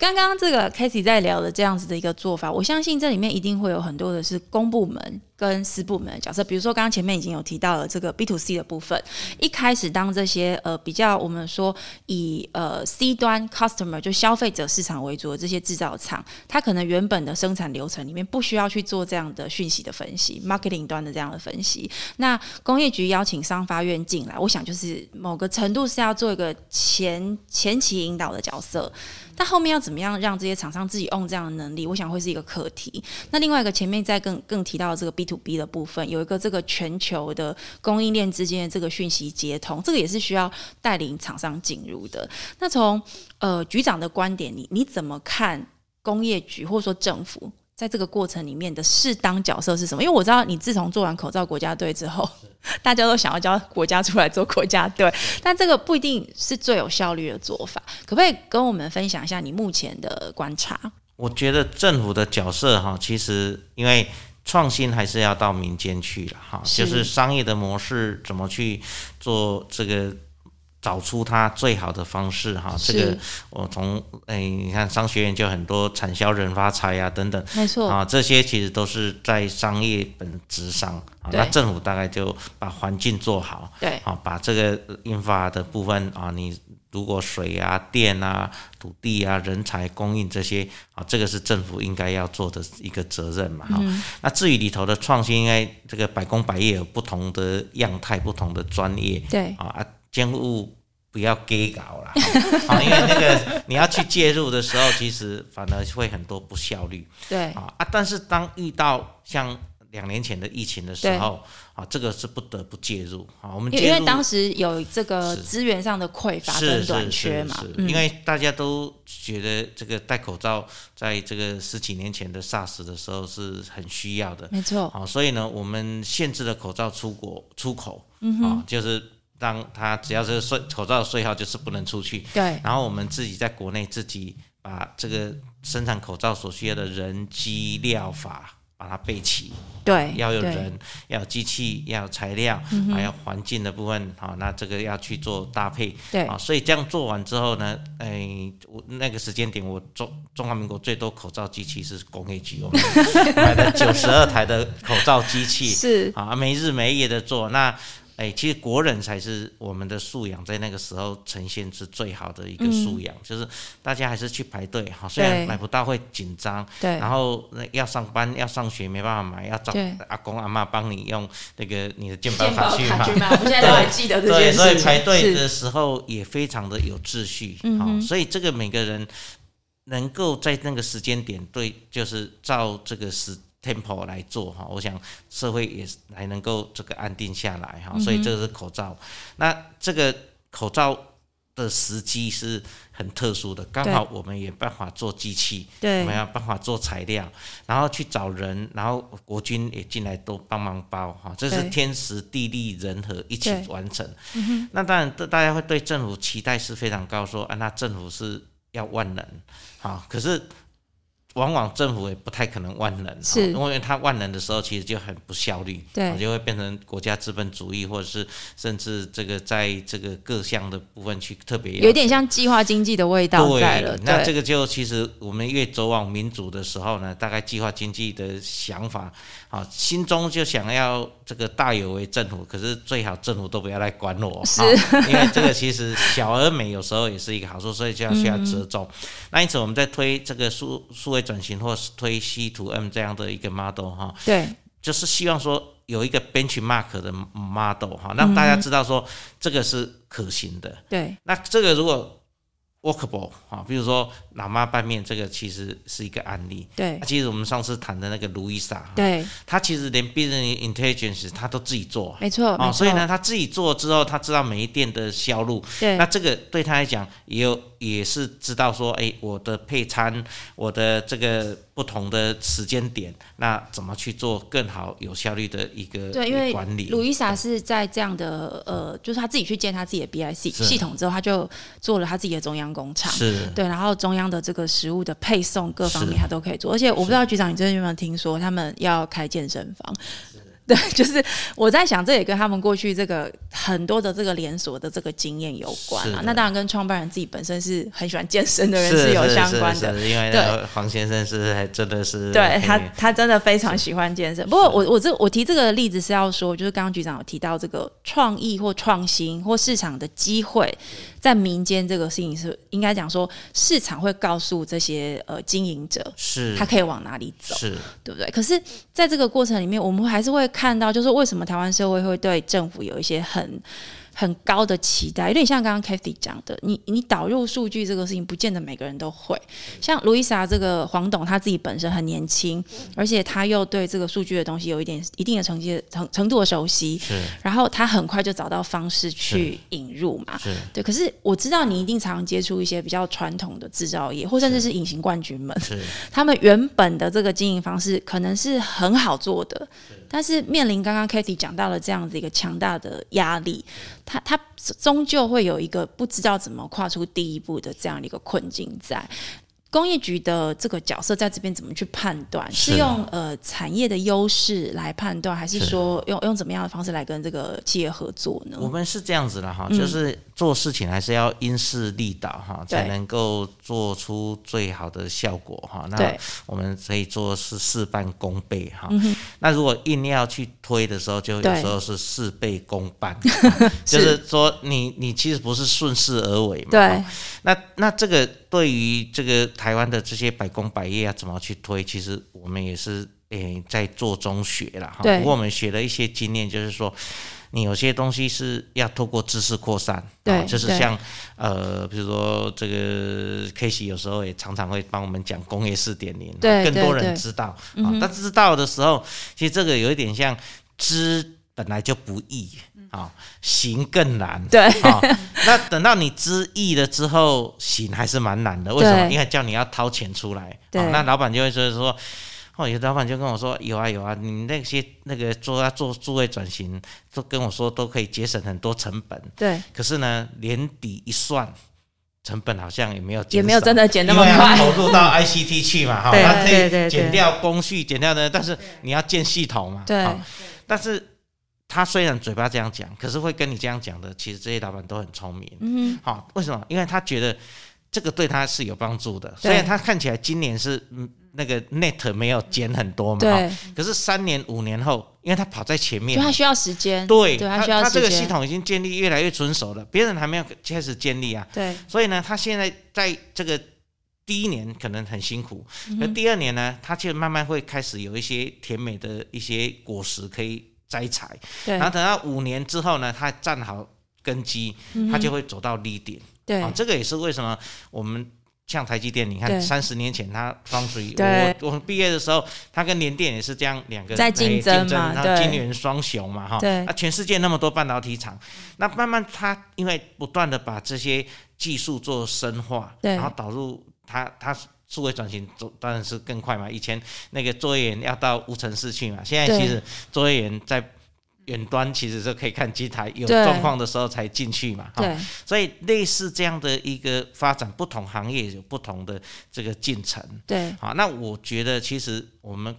Speaker 1: 刚刚这个 Casey 在聊的这样子的一个做法，我相信这里面一定会有很多的是公部门跟私部门的角色。比如说，刚刚前面已经有提到了这个 B to C 的部分，一开始当这些呃比较我们说以呃 C 端 customer 就消费者市场为主的这些制造厂，它可能原本的生产流程里面不需要去做这样的讯息的分析，marketing 端的这样的分析。那工业局邀请商发院进来，我想就是某个程度是要做一个前前期引导的角色。但后面要怎么样让这些厂商自己 own 这样的能力，我想会是一个课题。那另外一个前面在更更提到的这个 B to B 的部分，有一个这个全球的供应链之间的这个讯息接通，这个也是需要带领厂商进入的。那从呃局长的观点，你你怎么看工业局或者说政府？在这个过程里面的适当角色是什么？因为我知道你自从做完口罩国家队之后，大家都想要叫国家出来做国家队，但这个不一定是最有效率的做法。可不可以跟我们分享一下你目前的观察？
Speaker 3: 我觉得政府的角色哈，其实因为创新还是要到民间去了哈，
Speaker 1: 是
Speaker 3: 就是商业的模式怎么去做这个。找出它最好的方式哈，这
Speaker 1: 是
Speaker 3: 个我从哎，你看商学院就很多产销人发财啊等等，
Speaker 1: 没错，
Speaker 3: 啊，这些其实都是在商业本质上啊，
Speaker 1: 对
Speaker 3: 那政府大概就把环境做好，
Speaker 1: 对，
Speaker 3: 啊，把这个印发的部分啊，你如果水啊、电啊、土地啊、人才供应这些啊，这个是政府应该要做的一个责任嘛。哈、
Speaker 1: 嗯
Speaker 3: 那至于里头的创新，应该这个百工百业有不同的样态、不同的专业，
Speaker 1: 对，
Speaker 3: 啊啊，兼顾不要 gay 搞啦， (laughs) 啊，因为那个你要去介入的时候，其实反而会很多不效率。
Speaker 1: 对，
Speaker 3: 啊啊！但是当遇到像两年前的疫情的时候啊，这个是不得不介入啊。我们
Speaker 1: 因为因
Speaker 3: 介
Speaker 1: 为
Speaker 3: 入
Speaker 1: 当时有这个
Speaker 3: 是
Speaker 1: 资源上的匮乏
Speaker 3: 是
Speaker 1: 跟
Speaker 3: 是
Speaker 1: 短
Speaker 3: 是
Speaker 1: 缺嘛
Speaker 3: 是，
Speaker 1: 嗯
Speaker 3: 因为大家都觉得这个戴口罩，在这个十几年前的 SARS 的时候是很需要的。
Speaker 1: 没错，
Speaker 3: 好、所以呢，我们限制了口罩出国出口，啊、
Speaker 1: 嗯
Speaker 3: 就是让它只要是税口罩的税号就是不能出去，
Speaker 1: 对，
Speaker 3: 然后我们自己在国内自己把这个生产口罩所需要的人机料法把它备齐，
Speaker 1: 对，
Speaker 3: 要有
Speaker 1: 对，嗯
Speaker 3: 人，要有机器，要有材料，还要环境的部分，好，那这个要去做搭配，
Speaker 1: 对
Speaker 3: 啊，所以这样做完之后呢，哎、我那个时间点，我中中华民国最多口罩机器是工业局，我们买了九十二台的口罩机器，
Speaker 1: 是，
Speaker 3: 啊，没日没夜的做那。哎，其实国人才是我们的素养，在那个时候呈现是最好的一个素养，就是大家还是去排队哈，虽
Speaker 1: 嗯对
Speaker 3: 然买不到会紧张，
Speaker 1: 对
Speaker 3: 然后那要上班要上学没办法买，要找
Speaker 1: 对
Speaker 3: 阿公阿妈帮你用那个你的健保
Speaker 1: 健
Speaker 3: 卡
Speaker 1: 保
Speaker 3: 去
Speaker 1: 卡
Speaker 3: 买
Speaker 1: 去。买，我们 (laughs) 现在都还记得这
Speaker 3: 对，
Speaker 1: 件
Speaker 3: 所以
Speaker 1: 事情。
Speaker 3: 排队
Speaker 1: 是
Speaker 3: 的时候也非常的有秩序，
Speaker 1: 嗯
Speaker 3: 好、
Speaker 1: 哼
Speaker 3: 所以这个每个人能够在那个时间点对，就是照这个时 tempo 来做哈、我想社会也是还能够这个安定下来
Speaker 1: 嗯
Speaker 3: 哈、所以这个是口罩，那这个口罩的时机是很特殊的，刚好我们也办法做机器，我们
Speaker 1: 对
Speaker 3: 要办法做材料，然后去找人，然后国军也进来都帮忙包哈，这是
Speaker 1: 对
Speaker 3: 天时地利人和一起
Speaker 1: 对嗯
Speaker 3: 完成。那当然，大家会对政府期待是非常高说啊，那政府是要万能，好，可是往往政府也不太可能万能，哈
Speaker 1: 是
Speaker 3: 因为它万能的时候，其实就很不效率，
Speaker 1: 对
Speaker 3: 啊就会变成国家资本主义，或者是甚至这个在这个各项的部分去特别要
Speaker 1: 有点像计划经济的味道
Speaker 3: 对，
Speaker 1: 在了。
Speaker 3: 那这
Speaker 1: 对，
Speaker 3: 个就其实我们越走往民主的时候呢，大概计划经济的想法，啊，心中就想要这个大有为政府，可是最好政府都不要来管我，
Speaker 1: 是
Speaker 3: 啊因为这个其实小而美有时候也是一个好处，所以就要需要折
Speaker 1: 嗯
Speaker 3: 中。那因此我们在推这个数数位转型，或是推 C to M 这样的一个 model 哈、
Speaker 1: 对，
Speaker 3: 就是希望说有一个 benchmark 的 model 哈、让大家
Speaker 1: 嗯
Speaker 3: 知道说这个是可行的。
Speaker 1: 对，
Speaker 3: 那这个如果 workable 啊，比如说喇嘛拌面，这个其实是一个案例。
Speaker 1: 对
Speaker 3: 那，其实我们上次谈的那个卢伊莎，，
Speaker 1: 对，
Speaker 3: 他其实连 business intelligence 他都自己做
Speaker 1: 没错，
Speaker 3: 啊、
Speaker 1: 没
Speaker 3: 所以呢，
Speaker 1: 错，
Speaker 3: 他自己做之后，他知道每一店的销路，
Speaker 1: 对
Speaker 3: 那，这个对他来讲，也有也是知道说，哎，我的配餐，我的这个不同的时间点，那怎么去做更好、有效率的一个
Speaker 1: 对，因为
Speaker 3: 管理？
Speaker 1: 鲁伊莎是在这样的呃，就是他自己去建他自己的 BIC
Speaker 3: 是
Speaker 1: 系统之后，他就做了他自己的中央工厂。
Speaker 3: 是
Speaker 1: 对，然后中央的这个食物的配送各方面
Speaker 3: 是
Speaker 1: 他都可以做，而且我不知道局长你最近有没有听说他们要开健身房？ (laughs) 对，就是我在想，这也跟他们过去这个很多的这个连锁的这个经验有关
Speaker 3: 是
Speaker 1: 啊
Speaker 3: 的。
Speaker 1: 那当然跟创办人自己本身是很喜欢健身的人
Speaker 3: 是
Speaker 1: 有相
Speaker 3: 是
Speaker 1: 关
Speaker 3: 是
Speaker 1: 的。
Speaker 3: 是因为那个黄先生是还真的是
Speaker 1: 对他
Speaker 3: 嘿，
Speaker 1: 他真的非常喜欢健身。不过我我这我提这个例子是要说，就是刚刚局长有提到这个创意或创新或市场的机会，在民间这个事情是应该讲说，市场会告诉这些呃经营者，
Speaker 3: 是
Speaker 1: 他可以往哪里走，
Speaker 3: 是
Speaker 1: 对不对？可是在这个过程里面，我们还是会看到，就是为什么台湾社会会对政府有一些很。很高的期待，有点像刚刚 Kathy 讲的，你你导入数据这个事情，不见得每个人都会。像卢伊莎这个黄董，他自己本身很年轻，而且他又对这个数据的东西有一点一定的成绩程程度的熟悉，
Speaker 3: 是
Speaker 1: 然后他很快就找到方式去引入嘛。
Speaker 3: 是
Speaker 1: 对，可是我知道你一定常接触一些比较传统的制造业，或甚至是隐形冠军们， (laughs)
Speaker 3: 是
Speaker 1: 他们原本的这个经营方式可能是很好做的，但是面临刚刚 Kitty 讲到了这样子一个强大的压力，他他终究会有一个不知道怎么跨出第一步的这样的一个困境在。工业局的这个角色在这边怎么去判断？
Speaker 3: 是啊
Speaker 1: 是用呃产业的优势来判断，还是说用用怎么样的方式来跟这个企业合作呢？
Speaker 3: 我们是这样子的
Speaker 1: 嗯
Speaker 3: 哈，就是做事情还是要因势利导哈，
Speaker 1: 对
Speaker 3: 才能够做出最好的效果哈。那
Speaker 1: 对嗯
Speaker 3: 我们可以做是事半功倍哈。那如果硬要去推的时候，就有
Speaker 1: 对
Speaker 3: 时候是事倍功
Speaker 1: (laughs)
Speaker 3: 半，哈就是说你你其实不是顺势而为嘛。
Speaker 1: 对
Speaker 3: 那那这个对于这个台湾的这些百工百业要啊怎么去推，其实我们也是诶、在做中学了哈。
Speaker 1: 对
Speaker 3: 不过我们学了一些经验，就是说。你有些东西是要透过知识扩散，
Speaker 1: 对
Speaker 3: 啊就是
Speaker 1: 对
Speaker 3: 像呃，比如说这个 K 西有时候也常常会帮我们讲工业四点零，啊
Speaker 1: 对
Speaker 3: 更
Speaker 1: 对
Speaker 3: 多
Speaker 1: 嗯
Speaker 3: 人
Speaker 1: 对
Speaker 3: 知道啊。但知道的时候，其实这个有一点像知本来就不易
Speaker 1: 嗯
Speaker 3: 啊，行更难，
Speaker 1: 对
Speaker 3: 啊、 (laughs) 那等到你知易了之后，行还是蛮难的。为什么？
Speaker 1: 对
Speaker 3: 因为叫你要掏钱出来。
Speaker 1: 对
Speaker 3: 啊那老板就会说说，哦，有的老板就跟我说，有啊有啊，你那些那个做要做数位转型，都跟我说都可以节省很多成本，
Speaker 1: 对
Speaker 3: 可是呢，年底一算。成本好像也没有减
Speaker 1: 也没有
Speaker 3: 少
Speaker 1: 真的减那
Speaker 3: 因
Speaker 1: 么
Speaker 3: 为要
Speaker 1: 快。
Speaker 3: 投入到 ICT
Speaker 1: (laughs)
Speaker 3: 去嘛，哈，
Speaker 2: 对
Speaker 3: 它可
Speaker 2: 对对
Speaker 3: 以
Speaker 2: 对
Speaker 3: 减掉工序，减掉的，但是你要建系统嘛，
Speaker 1: 对
Speaker 3: 好但是他虽然嘴巴这样讲，可是会跟你这样讲的，其实这些老板都很聪明，
Speaker 1: 嗯
Speaker 3: 好、为什么？因为他觉得这个对他是有帮助的，
Speaker 1: 对
Speaker 3: 虽然他看起来今年是嗯那个 net 没有减很多
Speaker 1: 哼，
Speaker 3: 嘛，哈
Speaker 1: 对，
Speaker 3: 可是三年五年后，因为他跑在前面
Speaker 1: 就
Speaker 3: 嘛，
Speaker 1: 他需要时间，
Speaker 3: 对，
Speaker 1: 对
Speaker 3: 他
Speaker 1: 他需要
Speaker 3: 他这个
Speaker 1: 时间
Speaker 3: 系统已经建立越来越成熟了，别人还没有开始建立啊，
Speaker 1: 对，
Speaker 3: 所以呢，他现在在这个第一年可能很辛苦，
Speaker 1: 嗯
Speaker 3: 而第二年呢，他就慢慢会开始有一些甜美的一些果实可以摘采，
Speaker 1: 对
Speaker 3: 然后等到五年之后呢，他站好根基，
Speaker 1: 嗯
Speaker 3: 他就会走到 lead 点
Speaker 1: 对
Speaker 3: 啊。这个也是为什么我们。像台积电，你
Speaker 1: 对
Speaker 3: 看三十年前它方水，
Speaker 1: 对
Speaker 3: 我我们毕业的时候，它跟联电也是这样两个
Speaker 1: 在
Speaker 3: 哎
Speaker 1: 竞争
Speaker 3: 争
Speaker 1: 嘛
Speaker 3: 然后
Speaker 1: 对
Speaker 3: 晶圆双雄嘛哈，
Speaker 1: 对
Speaker 3: 那全世界那么多半导体厂，那慢慢它因为不断的把这些技术做深化，
Speaker 1: 对
Speaker 3: 然后导入它它数位转型走当然是更快嘛。以前那个作业员要到无尘室去嘛，现在
Speaker 1: 对
Speaker 3: 其实作业员在远端其实是可以看机台，有
Speaker 1: 对
Speaker 3: 状况的时候才进去嘛。哈
Speaker 1: 对，
Speaker 3: 所以类似这样的一个发展，不同行业有不同的这个进程。
Speaker 1: 对，
Speaker 3: 好，那我觉得其实我们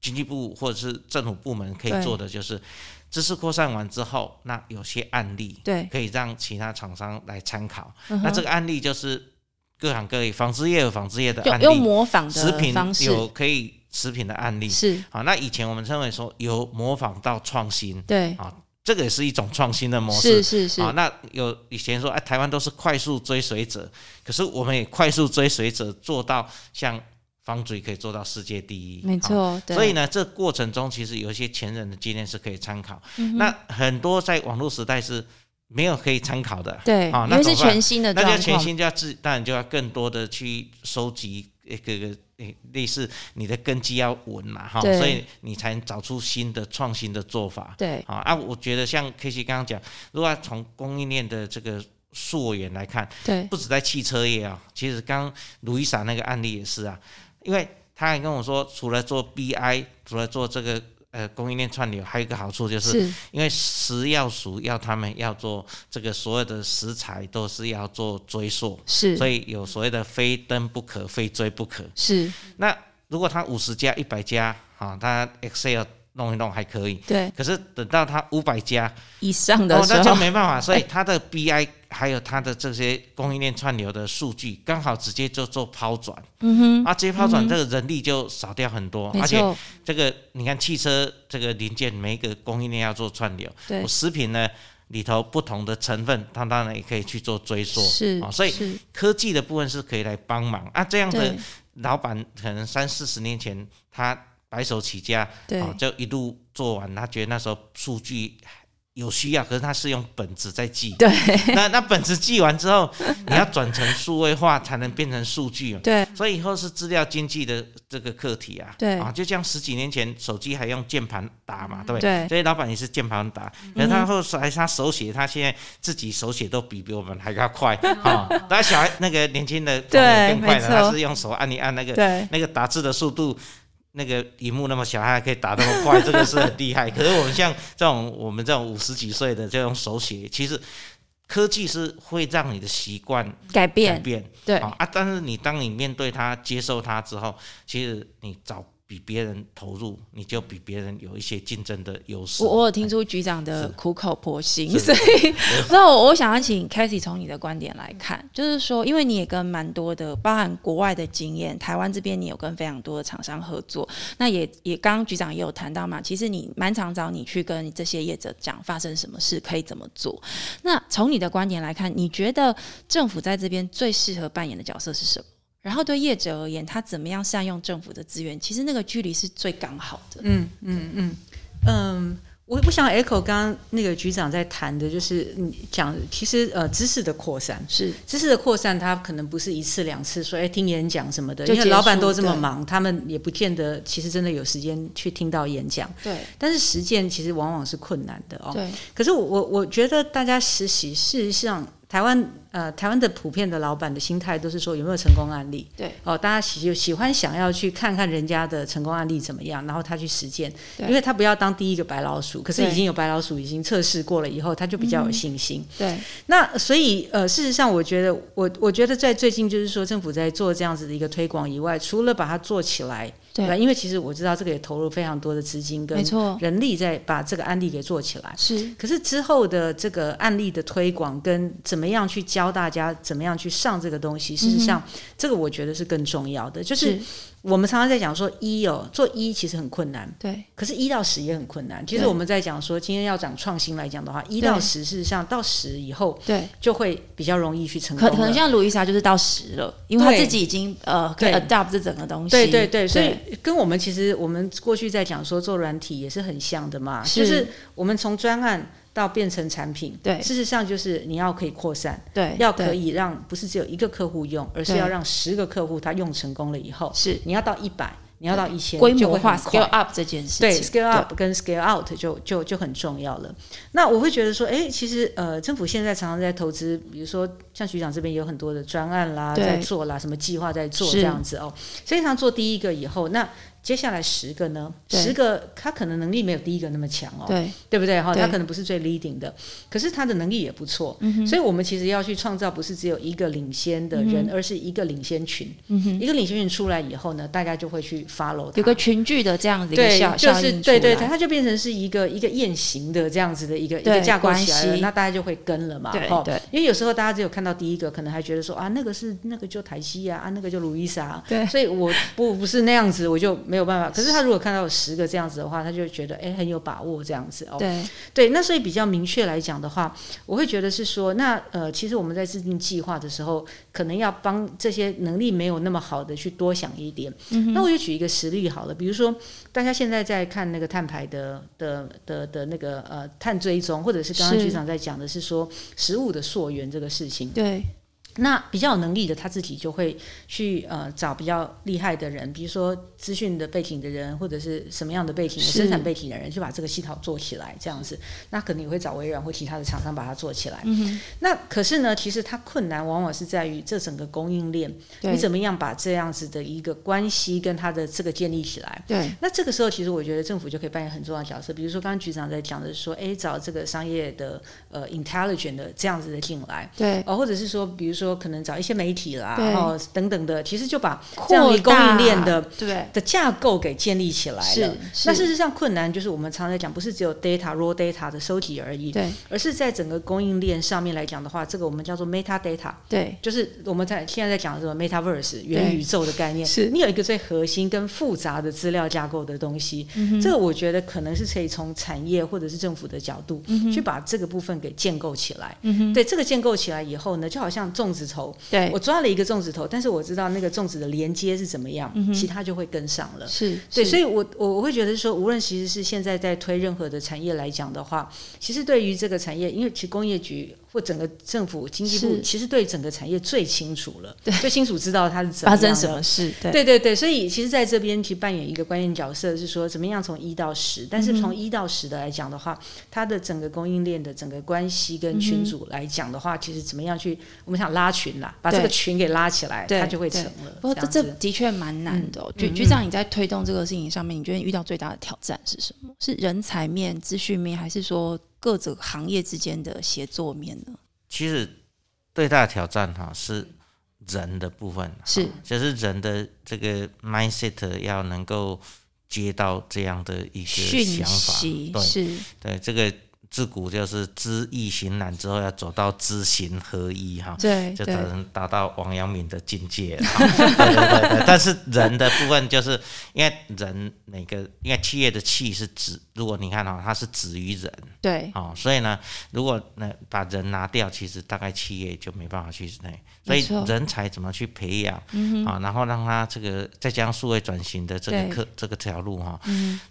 Speaker 3: 经济部或者是政府部门可
Speaker 1: 对
Speaker 3: 以做的就是，知识扩散完之后，那有些案例
Speaker 1: 对，
Speaker 3: 可以让其他厂商来参考。
Speaker 1: 嗯
Speaker 3: 那
Speaker 1: 哼
Speaker 3: 这个案例就是各行各业，纺织业有纺织业的
Speaker 1: 就
Speaker 3: 案
Speaker 1: 用
Speaker 3: 例，
Speaker 1: 模仿
Speaker 3: 食
Speaker 1: 的
Speaker 3: 品
Speaker 1: 方式，
Speaker 3: 有可以食品的案例。
Speaker 1: 是，
Speaker 3: 好，那以前我们称为说由模仿到创新，
Speaker 1: 对，
Speaker 3: 这个也是一种创新的模
Speaker 1: 是
Speaker 3: 式。
Speaker 1: 是是
Speaker 3: 啊，，那有以前说，哎、台湾都是快速追随者，可是我们也快速追随者做到像方嘴可以做到世界第一，
Speaker 1: 没
Speaker 3: 啊。
Speaker 1: 错，对，
Speaker 3: 所以呢，这过程中其实有一些前人的经验是可以参考，
Speaker 1: 嗯哼
Speaker 3: 那很多在网络时代是没有可以参考的。
Speaker 1: 对，
Speaker 3: 啊
Speaker 1: 因
Speaker 3: 那
Speaker 1: 为
Speaker 3: 怎
Speaker 1: 是
Speaker 3: 么办
Speaker 1: 全新的
Speaker 3: 那
Speaker 1: 状
Speaker 3: 就
Speaker 1: 况，
Speaker 3: 全新就要自，当然就要更多的去收集呃各个呃类似你的根基要稳嘛哈，
Speaker 1: 对
Speaker 3: 所以你才能找出新的创新的做法。
Speaker 1: 对，
Speaker 3: 啊啊，我觉得像 K C 刚刚讲，如果要从供应链的这个溯源来看，
Speaker 1: 对，
Speaker 3: 不止在汽车业啊，其实刚卢伊莎那个案例也是啊，因为他还跟我说，除了做 BI，除了做这个呃供应链串流，还有一个好处就是，
Speaker 1: 是，
Speaker 3: 因为食药署要他们要做这个所有的食材都是要做追溯，所
Speaker 1: 是，
Speaker 3: 以有所谓的非登不可，非追不可。
Speaker 1: 是，
Speaker 3: 那如果他五十家、一百家啊，他 Excel 弄一弄还可以。
Speaker 1: 对，
Speaker 3: 可是等到他五百家，
Speaker 1: 以上的
Speaker 3: 哦，
Speaker 1: 时
Speaker 3: 那就
Speaker 1: 候，
Speaker 3: 没办法，所以它的 BI 还有它的这些供应链串流的数据，刚好直接就做抛转，嗯哼，啊，直接抛转，这个人力就少掉很多，
Speaker 1: 没
Speaker 3: 而且
Speaker 1: 错，
Speaker 3: 这个你看汽车这个零件，每一个供应链要做串流，
Speaker 1: 对
Speaker 3: 我，食品呢里头不同的成分，它当然也可以去做追溯，
Speaker 1: 是
Speaker 3: 啊、，所以
Speaker 1: 是
Speaker 3: 科技的部分是可以来帮忙啊，这样的
Speaker 1: 对
Speaker 3: 老板可能三四十年前他白手起家，
Speaker 1: 对
Speaker 3: 哦，就一路做完，他觉得那时候数据有需要，可是他是用本子在记。
Speaker 1: 对
Speaker 3: 那那本子记完之后，你要转成数位化，才能变成数据哦。
Speaker 1: 对
Speaker 3: 所以以后是资料经济的这个课题啊。
Speaker 1: 对嗯
Speaker 3: 啊，就像十几年前手机还用键盘打嘛，对不对？
Speaker 1: 对嗯
Speaker 3: 所以老板也是键盘打，可是他后来他手写，他现在自己手写都比比我们还要
Speaker 1: (laughs)
Speaker 3: 快啊。那小孩那个年轻的同学更快
Speaker 1: 对没错
Speaker 3: 了，他是用手按一按那个
Speaker 1: 对
Speaker 3: 那个打字的速度，那个荧幕那么小，它还可以打那么快，这个是很厉害。可是我们像这种我们这种五十几岁的这种手写，其实科技是会让你的习惯
Speaker 1: 改
Speaker 3: 改
Speaker 1: 变，
Speaker 3: 变
Speaker 1: 对
Speaker 3: 啊啊！但是你当你面对它、接受它之后，其实你早比别人投入，你就比别人有一些竞争的优势。
Speaker 1: 我我有听出局长的苦口婆心，所以 (laughs) 那我我想要请 c a t h y 从你的观点来看，就是说，因为你也跟蛮多的，包含国外的经验，台湾这边你有跟非常多的厂商合作，那也也刚刚局长也有谈到嘛，其实你蛮常找你去跟这些业者讲发生什么事，可以怎么做。那从你的观点来看，你觉得政府在这边最适合扮演的角色是什么？然后对业者而言，他怎么样善用政府的资源？其实那个距离是最刚好的。
Speaker 2: 嗯嗯嗯嗯，我我想 echo 刚刚那个局长在谈的，就是你讲，其实呃，知识的扩散。
Speaker 1: 是
Speaker 2: 知识的扩散，它可能不是一次两次说，哎、听演讲什么的，
Speaker 1: 就
Speaker 2: 因为
Speaker 1: 结束
Speaker 2: 老板都这么
Speaker 1: 对
Speaker 2: 忙，他们也不见得其实真的有时间去听到演讲。
Speaker 1: 对
Speaker 2: 但是实践其实往往是困难的哦。
Speaker 1: 对
Speaker 2: 可是我我我觉得大家实习，事实上台湾呃，台湾的普遍的老板的心态都是说有没有成功案例？
Speaker 1: 对，
Speaker 2: 哦，大家喜喜欢想要去看看人家的成功案例怎么样，然后他去实践，
Speaker 1: 对
Speaker 2: 因为他不要当第一个白老鼠，可是
Speaker 1: 对
Speaker 2: 已经有白老鼠已经测试过了以后，他就比较有信心。
Speaker 1: 对，
Speaker 2: 那所以呃，事实上，我觉得我我觉得在最近就是说，政府在做这样子的一个推广以外，除了把它做起来，
Speaker 1: 对
Speaker 2: 吧？因为其实我知道这个也投入非常多的资金
Speaker 1: 没
Speaker 2: 跟
Speaker 1: 错，
Speaker 2: 人力在把这个案例给做起来。
Speaker 1: 是
Speaker 2: 可是之后的这个案例的推广跟怎么样去教大家怎么样去上这个东西，事实上，这个我觉得是更重要的。就是
Speaker 1: 嗯是，
Speaker 2: 我们常常在讲说一哦，做一其实很困难，
Speaker 1: 对，
Speaker 2: 可是一到十也很困难。其实
Speaker 1: 对
Speaker 2: 我们在讲说，今天要讲创新来讲的话，一到十事实上到十以后
Speaker 1: 对。
Speaker 2: 就会比较容易去成功
Speaker 1: 可
Speaker 2: 了。
Speaker 1: 可能像卢伊莎就是到十了，因为她
Speaker 2: 对
Speaker 1: 自己已经呃可以
Speaker 2: 对
Speaker 1: adopt 这整个东西。
Speaker 2: 对对对，所以跟我们其实我们过去在讲说做软体也是很像的嘛，
Speaker 1: 是
Speaker 2: 就是我们从专案到变成产品，
Speaker 1: 对
Speaker 2: 事实上就是你要可以扩散，
Speaker 1: 对
Speaker 2: 要可
Speaker 1: 哎对
Speaker 2: 以让不是只有一个客户用，而是
Speaker 1: 对
Speaker 2: 要让十个客户他用成功了以后，
Speaker 1: 是
Speaker 2: 你要到一百，你要到一千，
Speaker 1: 规模化
Speaker 2: 就会很快
Speaker 1: scale up 这件事情。
Speaker 2: 对 scale up 跟 scale out 就就就很重要了。那我会觉得说，哎，其实呃，政府现在常常在投资，比如说像局长这边有很多的专案啦，
Speaker 1: 对
Speaker 2: 在做啦，什么计划在做
Speaker 1: 是
Speaker 2: 这样子哦。所以他做第一个以后，那接下来十个呢？
Speaker 1: 对
Speaker 2: 十个他可能能力没有第一个那么强哦，
Speaker 1: 对
Speaker 2: 对不对哈？
Speaker 1: 对嗯
Speaker 2: 他可能不是最 leading 的，可是他的能力也不错。所以我们其实要去创造不是只有一个领先的人，
Speaker 1: 嗯
Speaker 2: 而是一个领先群。一个领先群出来以后呢，大家就会去 follow 他
Speaker 1: 有个群聚的这样子一个
Speaker 2: 对，
Speaker 1: 效
Speaker 2: 就
Speaker 1: 效
Speaker 2: 是
Speaker 1: 应
Speaker 2: 对对，
Speaker 1: 出
Speaker 2: 它
Speaker 1: 来
Speaker 2: 它就变成是一个一个雁行的这样子的一个一
Speaker 1: 对
Speaker 2: 个架构起来
Speaker 1: 关
Speaker 2: 了，
Speaker 1: 系
Speaker 2: 那大家就会跟了嘛，
Speaker 1: 对
Speaker 2: 齁
Speaker 1: 对
Speaker 2: 因为有时候大家只有看到第一个，可能还觉得说啊，那个是那个就台西啊，啊那个就路易莎啊，
Speaker 1: 对
Speaker 2: 所以我不不是那样子，我就没有办法。可是他如果看到有十个这样子的话，他就觉得哎、很有把握这样子哦。
Speaker 1: 对
Speaker 2: 对，那所以比较明确来讲的话，我会觉得是说，那呃，其实我们在制定计划的时候，可能要帮这些能力没有那么好的去多想一点。那我就举一个实例好了，比如说大家现在在看那个碳排的的的的那个呃碳追踪，或者是刚刚
Speaker 1: 是
Speaker 2: 局长在讲的是说食物的溯源这个事情。
Speaker 1: 对
Speaker 2: 那比较有能力的，他自己就会去呃找比较厉害的人，比如说资讯的背景的人，或者是什么样的背景的
Speaker 1: 是
Speaker 2: 生产背景的人，去把这个系统做起来，这样子。那可能也会找微软或其他的厂商把它做起来。
Speaker 1: 嗯
Speaker 2: 那可是呢，其实它困难往往是在于这整个供应链，
Speaker 1: 对
Speaker 2: 你怎么样把这样子的一个关系跟它的这个建立起来。
Speaker 1: 对
Speaker 2: 那这个时候，其实我觉得政府就可以扮演很重要的角色。比如说，刚刚局长在讲的是说，诶，找这个商业的呃 intelligent 的这样子的进来，
Speaker 1: 对，
Speaker 2: 哦，或者是说，比如说可能找一些媒体啦，
Speaker 1: 对
Speaker 2: 哦等等的，其实就把这样
Speaker 1: 扩
Speaker 2: 的供
Speaker 1: 大
Speaker 2: 应链的
Speaker 1: 对
Speaker 2: 的架构给建立起来了
Speaker 1: 是。，
Speaker 2: 那事实上困难就是我们常在讲，不是只有 data raw data 的收集而已，
Speaker 1: 对
Speaker 2: 而是在整个供应链上面来讲的话，这个我们叫做 meta data，
Speaker 1: 对
Speaker 2: 就是我们在现在在讲的什么 metaverse 元
Speaker 1: 对
Speaker 2: 宇宙的概念。
Speaker 1: 是
Speaker 2: 你有一个最核心跟复杂的资料架构的东西，
Speaker 1: 嗯
Speaker 2: 这个我觉得可能是可以从产业或者是政府的角度、
Speaker 1: 嗯
Speaker 2: 去把这个部分给建构起来。对，这个建构起来以后呢，就好像粽子头，
Speaker 1: 对
Speaker 2: 我抓了一个粽子头，但是我知道那个粽子的连接是怎么样，
Speaker 1: 嗯
Speaker 2: 其他就会跟上了。
Speaker 1: 是，
Speaker 2: 对，所
Speaker 1: 以
Speaker 2: 以我我我会觉得说，无论其实是现在在推任何的产业来讲的话，其实对于这个产业，因为其实工业局或整个政府经济部
Speaker 1: 是
Speaker 2: 其实对整个产业最清楚了，最清楚知道它是怎么
Speaker 1: 发
Speaker 2: 样
Speaker 1: 生
Speaker 2: 的
Speaker 1: 什么事？对
Speaker 2: 对对对，所以其实在这边其实扮演一个关键角色，是说怎么样从一到十，但
Speaker 1: 嗯
Speaker 2: 是从一到十的来讲的话，它的整个供应链的整个关系
Speaker 1: 嗯
Speaker 2: 跟群组来讲的话，其实怎么样去我们想拉群啦，把这个
Speaker 1: 对
Speaker 2: 群给拉起来，
Speaker 1: 对
Speaker 2: 它就会
Speaker 1: 对
Speaker 2: 成了。
Speaker 1: 不过这
Speaker 2: 这样
Speaker 1: 这
Speaker 2: 子嗯
Speaker 1: 的确蛮难的、哦。局局长，你在推动这个事情上面，你觉得遇到最大的挑战是什么？是人才面、资讯面，还是说各个行业之间的协作面呢？
Speaker 3: 其实最大的挑战哈是人的部分，
Speaker 1: 是
Speaker 3: 哈就是人的这个 mindset 要能够接到这样的一个
Speaker 1: 讯
Speaker 3: 想
Speaker 1: 息
Speaker 3: 法，对
Speaker 1: 是
Speaker 3: 对，这个自古就是知易行难之后要走到知行合一哈，
Speaker 1: 对
Speaker 3: 就只
Speaker 1: 对
Speaker 3: 能达到王阳明的境界了。 (laughs) 对对对对，但是人的部分就是因为人每个，因为企业的气是止，如果你看哈、它是止于人
Speaker 1: 对
Speaker 3: 哦，所以呢，如果呢把人拿掉，其实大概企业就没办法去那，所
Speaker 1: 没
Speaker 3: 以
Speaker 1: 错嗯
Speaker 3: 人才怎么去培养啊、然后让他这个再加上数位转型的这个
Speaker 1: 对嗯
Speaker 3: 课这个条路哈、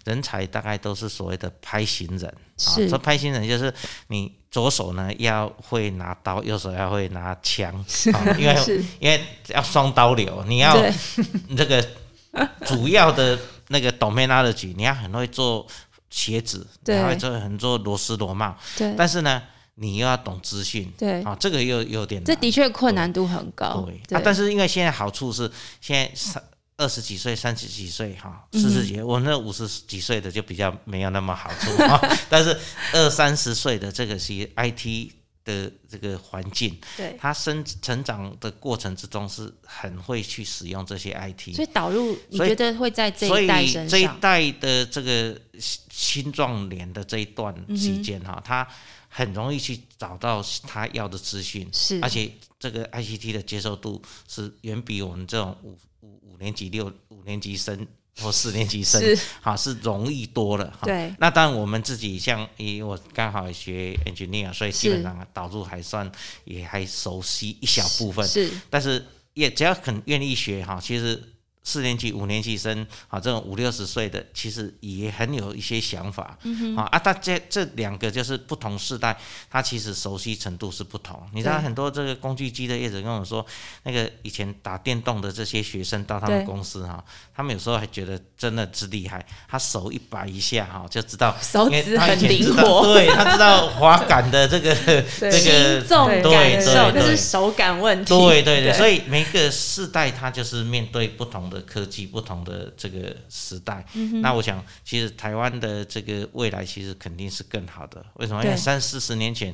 Speaker 3: 人才大概都是所谓的拍行人。啊
Speaker 1: 是，
Speaker 3: 说拍新人就是你左手呢要会拿刀，右手要会拿枪，啊因为
Speaker 1: (laughs) 是
Speaker 3: 因为要双刀流，你要
Speaker 1: 对
Speaker 3: 这个主要的那个 domain knowledge，你要很会做鞋子，你
Speaker 1: 对
Speaker 3: 还会做很做螺丝螺帽，
Speaker 1: 对
Speaker 3: (laughs) 但是呢，你又要懂资讯，
Speaker 1: 对
Speaker 3: 啊，这个又又有点
Speaker 1: 这
Speaker 3: 难
Speaker 1: 的确困难度很高。
Speaker 3: 对啊，但是因为现在好处是，现在三二十几岁、三十几岁哈，
Speaker 1: 嗯
Speaker 3: 四十几，我那五十几岁的就比较没有那么好处
Speaker 1: (laughs)
Speaker 3: 哈。但是二三十岁的这个是 IT 的这个环境，
Speaker 1: 对，
Speaker 3: 他生成长的过程之中是很会去使用这些 IT，
Speaker 1: 所以导入你
Speaker 3: 所以
Speaker 1: 觉得会在这
Speaker 3: 所
Speaker 1: 一
Speaker 3: 以
Speaker 1: 代身
Speaker 3: 这一
Speaker 1: 上，
Speaker 3: 代的这个新青壮年的这一段期间
Speaker 1: 嗯
Speaker 3: 哈、他很容易去找到他要的资讯，
Speaker 1: 是
Speaker 3: 而且啊这个 ICT 的接受度是远比我们这种五五五年级、六五年级生或四年级生
Speaker 1: 是
Speaker 3: 哈是容易多了哈。
Speaker 1: 对
Speaker 3: 那当然我们自己像以我刚好也学 engineer，所以基本上导入还算也还熟悉一小部分，
Speaker 1: 是
Speaker 3: 但是也只要肯愿意学哈，其实四年级、五年级生啊，这种五六十岁的，其实也很有一些想法。嗯啊啊，大家这两个就是不同世代，他其实熟悉程度是不同。你知道
Speaker 1: 对
Speaker 3: 很多这个工具机的业者跟我说，那个以前打电动的这些学生到他
Speaker 1: 对
Speaker 3: 们公司哈，他们有时候还觉得真的是厉害，他手一摆一下哈，就知
Speaker 1: (laughs)
Speaker 3: 道
Speaker 1: 手
Speaker 3: 因为
Speaker 1: 指
Speaker 3: 他
Speaker 1: 很
Speaker 3: 以前
Speaker 1: 灵
Speaker 3: 知道
Speaker 1: 活，
Speaker 3: 对他知道滑杆
Speaker 1: (laughs)
Speaker 3: 的这个这个
Speaker 1: 轻重
Speaker 3: 对
Speaker 1: 感受，
Speaker 3: 对
Speaker 1: 但是
Speaker 3: 对
Speaker 1: 手感问题。
Speaker 3: 对对对，所
Speaker 1: 以
Speaker 3: 以每个世代它就是面对不同的科技、不同的这个时代。
Speaker 1: 嗯
Speaker 3: 那我想，其实台湾的这个未来其实肯定是更好的。为什么？因为
Speaker 1: 对
Speaker 3: 三四十年前，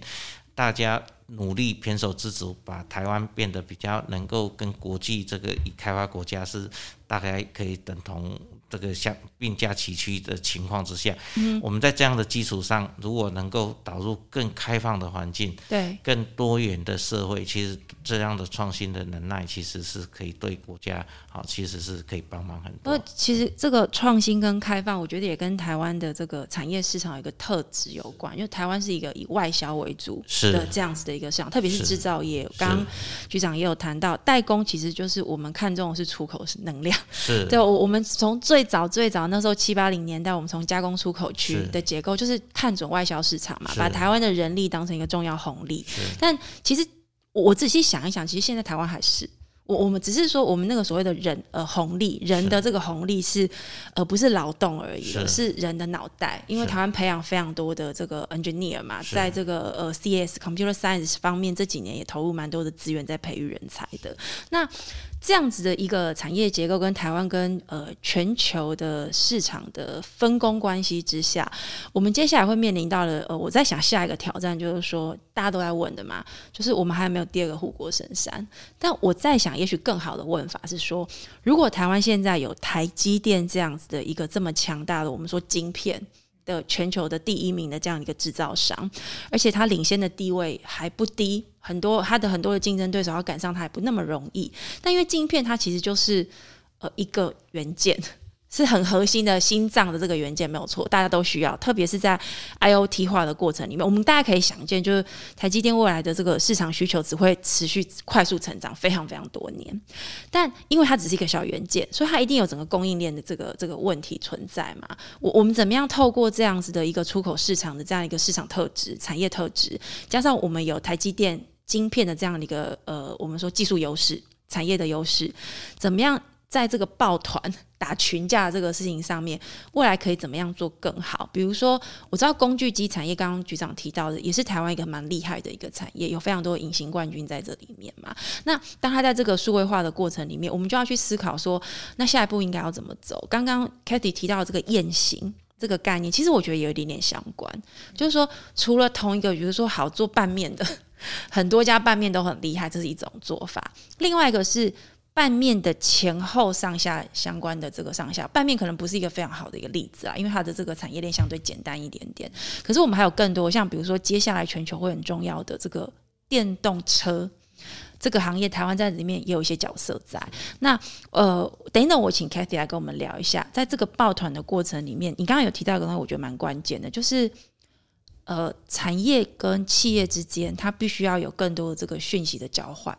Speaker 3: 大家努力偏手知足，把台湾变得比较能够跟国际这个已开发国家是大概可以等同。这个相并驾齐驱的情况之下，
Speaker 1: 嗯
Speaker 3: 我们在这样的基础上，如果能够导入更开放的环境，
Speaker 1: 对
Speaker 3: 更多元的社会，其实这样的创新的能耐，其实是可以对国家好，其实是可以帮忙很
Speaker 1: 不过
Speaker 3: 多。
Speaker 1: 其实这个创新跟开放，我觉得也跟台湾的这个产业市场有一个特质有关，因为台湾是一个以外销为主
Speaker 3: 是
Speaker 1: 的这样子的一个市场，特别是
Speaker 3: 是
Speaker 1: 制造业。刚刚局长也有谈到，代工其实就是我们看重的是出口能量。
Speaker 3: 是
Speaker 1: 对，我我们从最早最早那时候七八零年代，我们从加工出口区
Speaker 3: 是
Speaker 1: 的结构，就是看准外销市场嘛，
Speaker 3: 是
Speaker 1: 把台湾的人力当成一个重要红利。但其实我我仔细想一想，其实现在台湾还是。我我们只是说，我们那个所谓的人呃红利，人的这个红利是，呃不是劳动而已了，是
Speaker 3: 是
Speaker 1: 人的脑袋。因为
Speaker 3: 是
Speaker 1: 台湾培养非常多的这个 engineer 嘛，
Speaker 3: 是
Speaker 1: 在这个呃 CS computer science 方面，这几年也投入蛮多的资源在培育人才的。那这样子的一个产业结构跟台湾跟呃全球的市场的分工关系之下，我们接下来会面临到了呃，我在想下一个挑战就是说，大家都在问的嘛，就是我们还没有第二个护国神山。但我在想，也许更好的问法是说，如果台湾现在有台积电这样子的一个这么强大的，我们说晶片。的全球的第一名的这样一个制造商，而且它领先的地位还不低，很多它的很多的竞争对手要赶上它还不那么容易。但因为晶片它其实就是呃一个元件， (laughs) 是很核心的心脏的这个元件没有错，大家都需要，特别是在 IOT 化的过程里面，我们大家可以想见，就是台积电未来的这个市场需求只会持续快速成长非常非常多年，但因为它只是一个小元件，所以它一定有整个供应链的这个这个问题存在嘛。我我们怎么样透过这样子的一个出口市场的这样一个市场特质、产业特质，加上我们有台积电晶片的这样的一个呃，我们说技术优势、产业的优势，怎么样在这个抱团打群架的这个事情上面，未来可以怎么样做更好？比如说，我知道工具机产业，刚刚局长提到的，也是台湾一个蛮厉害的一个产业，有非常多隐形冠军在这里面嘛。那当他在这个数位化的过程里面，我们就要去思考说，那下一步应该要怎么走？刚刚 k a t h y 提到这个雁行。这个概念其实我觉得也有一点点相关，就是说，除了同一个，比如说好做拌面的，很多家拌面都很厉害，这是一种做法；另外一个是拌面的前后上下相关的这个上下，拌面可能不是一个非常好的一个例子啊，因为它的这个产业链相对简单一点点。可是我们还有更多，像比如说接下来全球会很重要的这个电动车。这个行业，台湾在里面也有一些角色在。那呃，等一等，我请 Kathy 来跟我们聊一下，在这个抱团的过程里面，你刚刚有提到一个东西，我觉得蛮关键的，就是呃，产业跟企业之间，它必须要有更多的这个讯息的交换。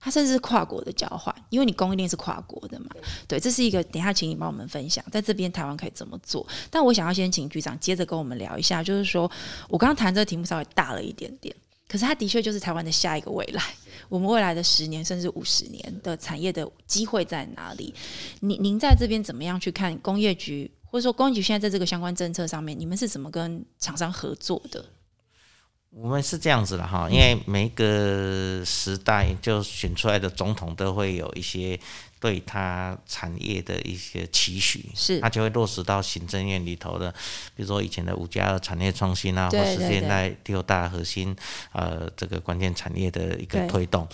Speaker 1: 它甚至是跨国的交换，因为你供应链是跨国的嘛。对，这是一个等一下，请你帮我们分享，在这边台湾可以怎么做。但我想要先请局长接着跟我们聊一下，就是说我刚刚谈这个题目稍微大了一点点，可是它的确就是台湾的下一个未来，我们未来的十年甚至五十年的产业的机会在哪里？您您在这边怎么样去看工业局，或者说工业局现在在这个相关政策上面，你们是怎么跟厂商合作的？
Speaker 3: 我们是这样子的
Speaker 1: 嗯
Speaker 3: 哈，因为每一个时代就选出来的总统都会有一些对他产业的一些期许，
Speaker 1: 是
Speaker 3: 他就会落实到行政院里头的，比如说以前的五加二产业创新啊，
Speaker 1: 对
Speaker 3: 或
Speaker 1: 对
Speaker 3: 是现
Speaker 1: 对
Speaker 3: 在六大核心呃这个关键产业的一个
Speaker 1: 对
Speaker 3: 推动。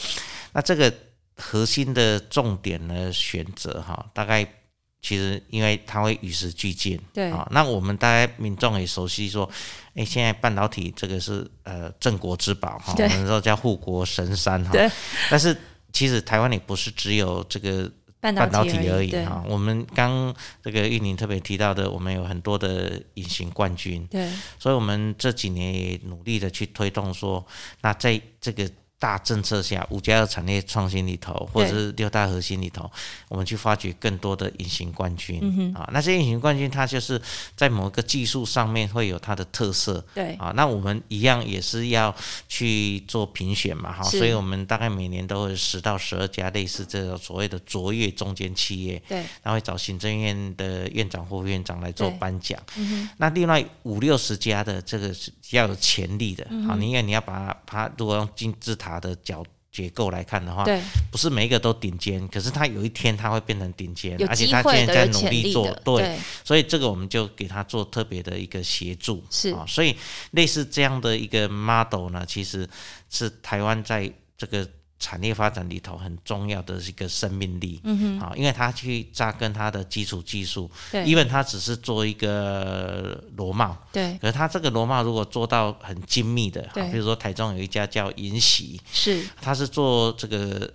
Speaker 3: 那这个核心的重点呢选择哈，大概其实因为它会与时俱进，
Speaker 1: 对
Speaker 3: 啊、那我们大家民众也熟悉说，哎，现在半导体这个是呃镇国之宝哈，
Speaker 1: 对
Speaker 3: 我们说叫护国神山哈
Speaker 1: 对，
Speaker 3: 但是其实台湾也不是只有这个
Speaker 1: 半
Speaker 3: 半导
Speaker 1: 体
Speaker 3: 体
Speaker 1: 而
Speaker 3: 已啊
Speaker 1: 对
Speaker 3: 哈。我们刚这个玉宁特别提到的，我们有很多的隐形冠军，
Speaker 1: 对
Speaker 3: 所以我们这几年也努力的去推动说，那在这个大政策下，五加二产业创新里头，或者是六大核心里头，我们去发掘更多的隐形冠军、
Speaker 1: 嗯
Speaker 3: 啊。那些隐形冠军，它就是在某个技术上面会有它的特色，
Speaker 1: 对
Speaker 3: 啊，那我们一样也是要去做评选嘛，哈，
Speaker 1: 是
Speaker 3: 所以我们大概每年都会十到十二家类似这种所谓的卓越中间企业，
Speaker 1: 对
Speaker 3: 然后会找行政院的院长或副院长来做
Speaker 1: 对嗯
Speaker 3: 颁奖。那另外五六十家的这个是要有潜力的，
Speaker 1: 嗯
Speaker 3: 好、你因为你要把它，它如果用金字塔的角结构来看的话，
Speaker 1: 对
Speaker 3: 不是每一个都顶尖，可是它有一天它会变成顶尖
Speaker 1: 有，
Speaker 3: 而且
Speaker 1: 机
Speaker 3: 它
Speaker 1: 会
Speaker 3: 现
Speaker 1: 的
Speaker 3: 在
Speaker 1: 有
Speaker 3: 在努
Speaker 1: 潜
Speaker 3: 力
Speaker 1: 力
Speaker 3: 做
Speaker 1: 的，
Speaker 3: 对。
Speaker 1: 对
Speaker 3: 所以这个我们就给他做特别的一个协助，
Speaker 1: 是
Speaker 3: 啊、所以类似这样的一个 model 呢，其实是台湾在这个产业发展里头很重要的一个生命力，嗯哼，啊、因为它去扎根它的基础技术，
Speaker 1: 对
Speaker 3: 因为它只是做一个螺帽，
Speaker 1: 对
Speaker 3: 可是它这个螺帽如果做到很精密的，
Speaker 1: 对
Speaker 3: 啊比如说台中有一家叫银喜，
Speaker 1: 是，
Speaker 3: 它是做这个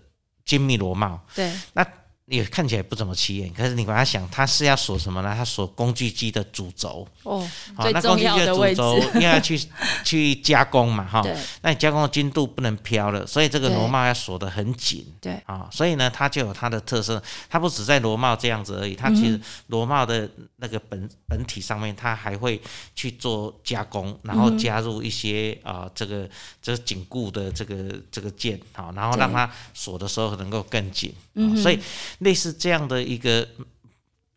Speaker 3: 精密螺帽，
Speaker 1: 对
Speaker 3: 也看起来不怎么起眼，可是你把它想，它是要锁什么呢？它锁工具机的主轴，
Speaker 1: 哦，
Speaker 3: 好，
Speaker 1: 最
Speaker 3: 啊那工
Speaker 1: 重
Speaker 3: 具
Speaker 1: 要
Speaker 3: 机
Speaker 1: 的
Speaker 3: 主
Speaker 1: 位
Speaker 3: 轴
Speaker 1: 置，
Speaker 3: 因为要去去加工嘛，哈，
Speaker 1: 对
Speaker 3: 那你加工的精度不能飘了，所以这个
Speaker 1: 对
Speaker 3: 螺帽要锁得很紧。
Speaker 1: (laughs) 对
Speaker 3: 啊，所以呢，它就有它的特色。它不只在螺帽这样子而已，它
Speaker 1: 嗯
Speaker 3: 其实螺帽的那个本本体上面，它还会去做加工，然
Speaker 1: 嗯
Speaker 3: 后加入一些啊、这个这个紧固的这个这个件，好，然后让
Speaker 1: 对嗯
Speaker 3: 它锁的时候能够更紧。啊所以类似这样的一个。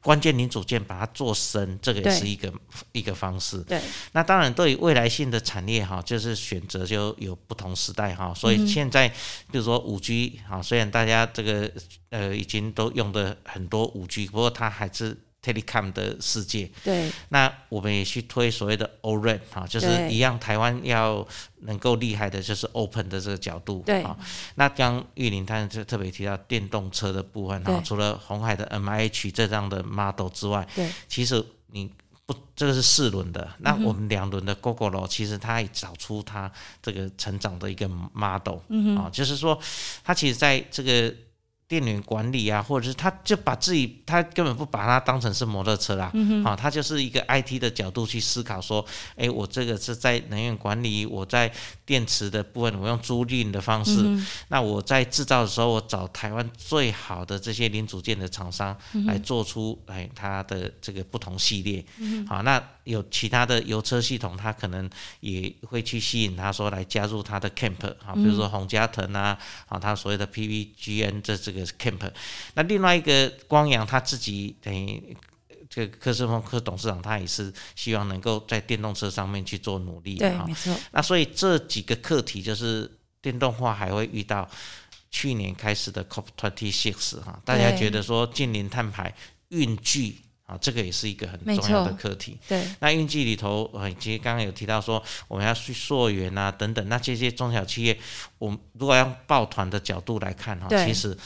Speaker 3: 关键零组件把它做深，这个也
Speaker 1: 对
Speaker 3: 是一个一个方式。
Speaker 1: 对
Speaker 3: 那当然，对于未来性的产业哈，就是选择就有不同时代哈，所以现在比如说五 G 哈，虽然大家这个呃已经都用的很多五 G，不过它还是 telecom 的世界。
Speaker 1: 对
Speaker 3: 那我们也去推所谓的 ORAN 哈，就是
Speaker 1: 对
Speaker 3: 一样，台湾要能够厉害的就是 open 的这个角度。
Speaker 1: 对
Speaker 3: 啊，那刚玉林他就特别提到电动车的部分哈
Speaker 1: 对，
Speaker 3: 除了红海的 MH 这样的 model 之外，
Speaker 1: 对
Speaker 3: 其实你不，这个是四轮的，那我们两轮的 GoGoRo 其实它也找出它这个成长的一个 model 啊、
Speaker 1: 嗯
Speaker 3: 就是说它其实在这个电源管理啊，或者是它就把自己，它根本不把它当成是摩托车啦，啊、它就是一个 IT 的角度去思考说，哎，我这个是在能源管理，我在电池的部分，我用租赁的方式，那我在制造的时候，我找台湾最好的这些零组件的厂商来做出来它的这个不同系列。
Speaker 1: 嗯
Speaker 3: 好，那有其他的油车系统，它可能也会去吸引他说来加入它的 camp 啊，
Speaker 1: 嗯
Speaker 3: 比如说洪家腾啊，啊，它所谓的 PVGN 这这个 camp。那另外一个光阳他自己等于。这个柯世峰柯董事长他也是希望能够在电动车上面去做努力
Speaker 1: 对
Speaker 3: 啊，
Speaker 1: 没错，
Speaker 3: 那所以这几个课题就是电动化还会遇到去年开始的 COP26 哈，大家
Speaker 1: 对
Speaker 3: 觉得说近零碳排运具啊，这个也是一个很
Speaker 1: 没
Speaker 3: 重要的
Speaker 1: 错
Speaker 3: 课题。
Speaker 1: 对
Speaker 3: 那运具里头，呃，其实刚刚有提到说我们要去溯源啊等等，那这些中小企业，我们如果用抱团的角度来看哈，
Speaker 1: 对
Speaker 3: 其实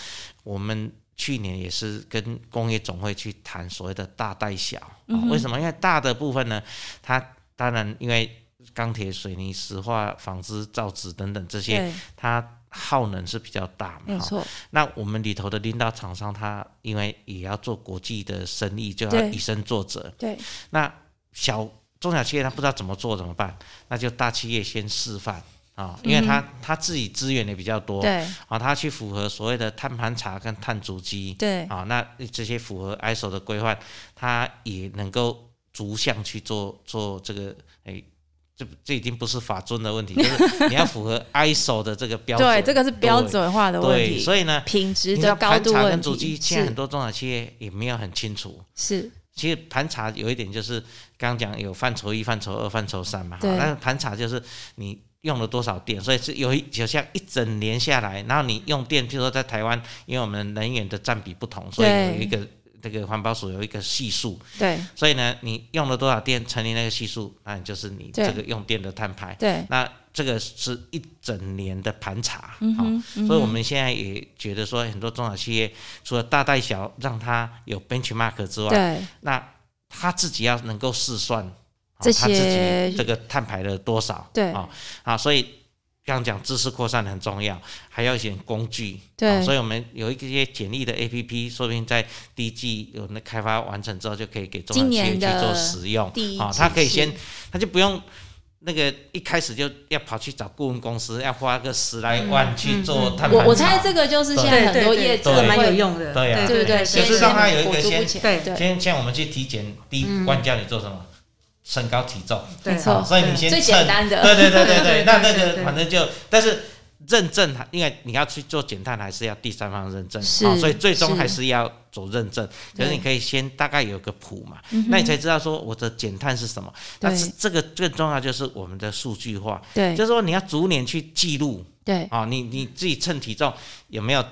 Speaker 3: 我们。去年也是跟工业总会去谈所谓的大带小、啊
Speaker 1: 嗯
Speaker 3: 为什么？因为大的部分呢，它当然因为钢铁、水泥、石化、纺织、造纸等等这些，
Speaker 1: 对，
Speaker 3: 它耗能是比较大
Speaker 1: 没
Speaker 3: 嘛。
Speaker 1: 有
Speaker 3: 哈
Speaker 1: 错，
Speaker 3: 那我们里头的领导厂商，他因为也要做国际的生意，就要
Speaker 1: 对
Speaker 3: 以身作则。
Speaker 1: 对
Speaker 3: 那小中小企业他不知道怎么做怎么办？那就大企业先示范啊、因为他、他自己资源也比较多，
Speaker 1: 嗯对
Speaker 3: 啊，他去符合所谓的碳盘查跟碳足迹，
Speaker 1: 对
Speaker 3: 啊，那这些符合 ISO 的规范，它也能够逐项去做做这个，哎，这这已经不是法尊的问题，就是你要符合 ISO 的这个标准，
Speaker 1: (laughs) 对，这个是标
Speaker 3: 对
Speaker 1: 准化的问
Speaker 3: 对，
Speaker 1: 题，
Speaker 3: 所以呢，
Speaker 1: 品质
Speaker 3: 你知道
Speaker 1: 的高
Speaker 3: 盘
Speaker 1: 度
Speaker 3: 查
Speaker 1: 问
Speaker 3: 跟足迹，
Speaker 1: 题
Speaker 3: 现在很
Speaker 1: 是
Speaker 3: 多中小企业也没有很清楚，
Speaker 1: 是
Speaker 3: 其实盘查有一点就是刚刚讲有范畴一、范畴二、范畴三嘛，哈
Speaker 1: 对
Speaker 3: 但是盘查就是你用了多少电，所以是有一有像一整年下来，然后你用电，譬如说在台湾，因为我们能源的占比不同，所以
Speaker 1: 对
Speaker 3: 有一个这个环保署有一个系数，
Speaker 1: 对
Speaker 3: 所以呢，你用了多少电乘以那个系数，那你就是你
Speaker 1: 对
Speaker 3: 这个用电的碳排。
Speaker 1: 对，
Speaker 3: 那这个是一整年的盘查，
Speaker 1: 嗯
Speaker 3: 好、所以我们现在也觉得说，很多中小企业除了大带小让它有啊 benchmark 之外，
Speaker 1: 对
Speaker 3: 那他自己要能够试算、好
Speaker 1: 这
Speaker 3: 他自
Speaker 1: 些
Speaker 3: 己这个碳排了多少，
Speaker 1: 对
Speaker 3: 啊啊，所以。刚刚讲知识扩散很重要，还要一些工具。
Speaker 1: 对
Speaker 3: 好所以我们有一些简易的 A P P，说不定在第一季我们的开发完成之后，就可以给中小
Speaker 1: 今
Speaker 3: 企业
Speaker 1: 年
Speaker 3: 去
Speaker 1: 的
Speaker 3: 做使用。
Speaker 1: 第一
Speaker 3: 啊，
Speaker 1: 季
Speaker 3: 他可以
Speaker 1: 是
Speaker 3: 先，他就不用那个一开始就要跑去找顾问公司，要花个十来万去做碳盘
Speaker 1: 嗯我我
Speaker 3: 查。
Speaker 1: 猜这个就是现在
Speaker 2: 对
Speaker 1: 很
Speaker 2: 对
Speaker 1: 多
Speaker 2: 对，
Speaker 1: 业
Speaker 2: 这
Speaker 1: 者
Speaker 2: 个
Speaker 1: 会
Speaker 2: 蛮有，用的，
Speaker 3: 对啊
Speaker 1: 对不对？
Speaker 3: 就
Speaker 1: 先
Speaker 3: 是让他有一个
Speaker 1: 裹足不
Speaker 3: 先
Speaker 1: 前
Speaker 2: 对
Speaker 1: 对，
Speaker 3: 先像我们去体检，第
Speaker 1: 嗯
Speaker 3: 一关叫你做什么？身高体重。
Speaker 2: 对
Speaker 1: 没错
Speaker 3: 所以你先
Speaker 1: 哦最
Speaker 3: 称
Speaker 1: 简单的
Speaker 3: 对对对
Speaker 1: (laughs)
Speaker 2: 对
Speaker 3: 对
Speaker 2: 对对
Speaker 3: 对，那那
Speaker 2: 对
Speaker 3: 个
Speaker 2: 对
Speaker 3: 反正就，但是认证，因为你要去做减碳，还是要第三方认证，哦
Speaker 1: 是
Speaker 3: 好所以最终
Speaker 1: 是
Speaker 3: 还是要走认证。可
Speaker 1: 对嗯
Speaker 3: 是你可以先大概有个谱嘛，那你才知道说我的减碳是什么。但是
Speaker 1: 对
Speaker 3: 这个更重要就是我们的数据化，
Speaker 1: 对
Speaker 3: 就是说你要逐年去记录
Speaker 1: 对
Speaker 3: 啊，你你自己称体重有没有？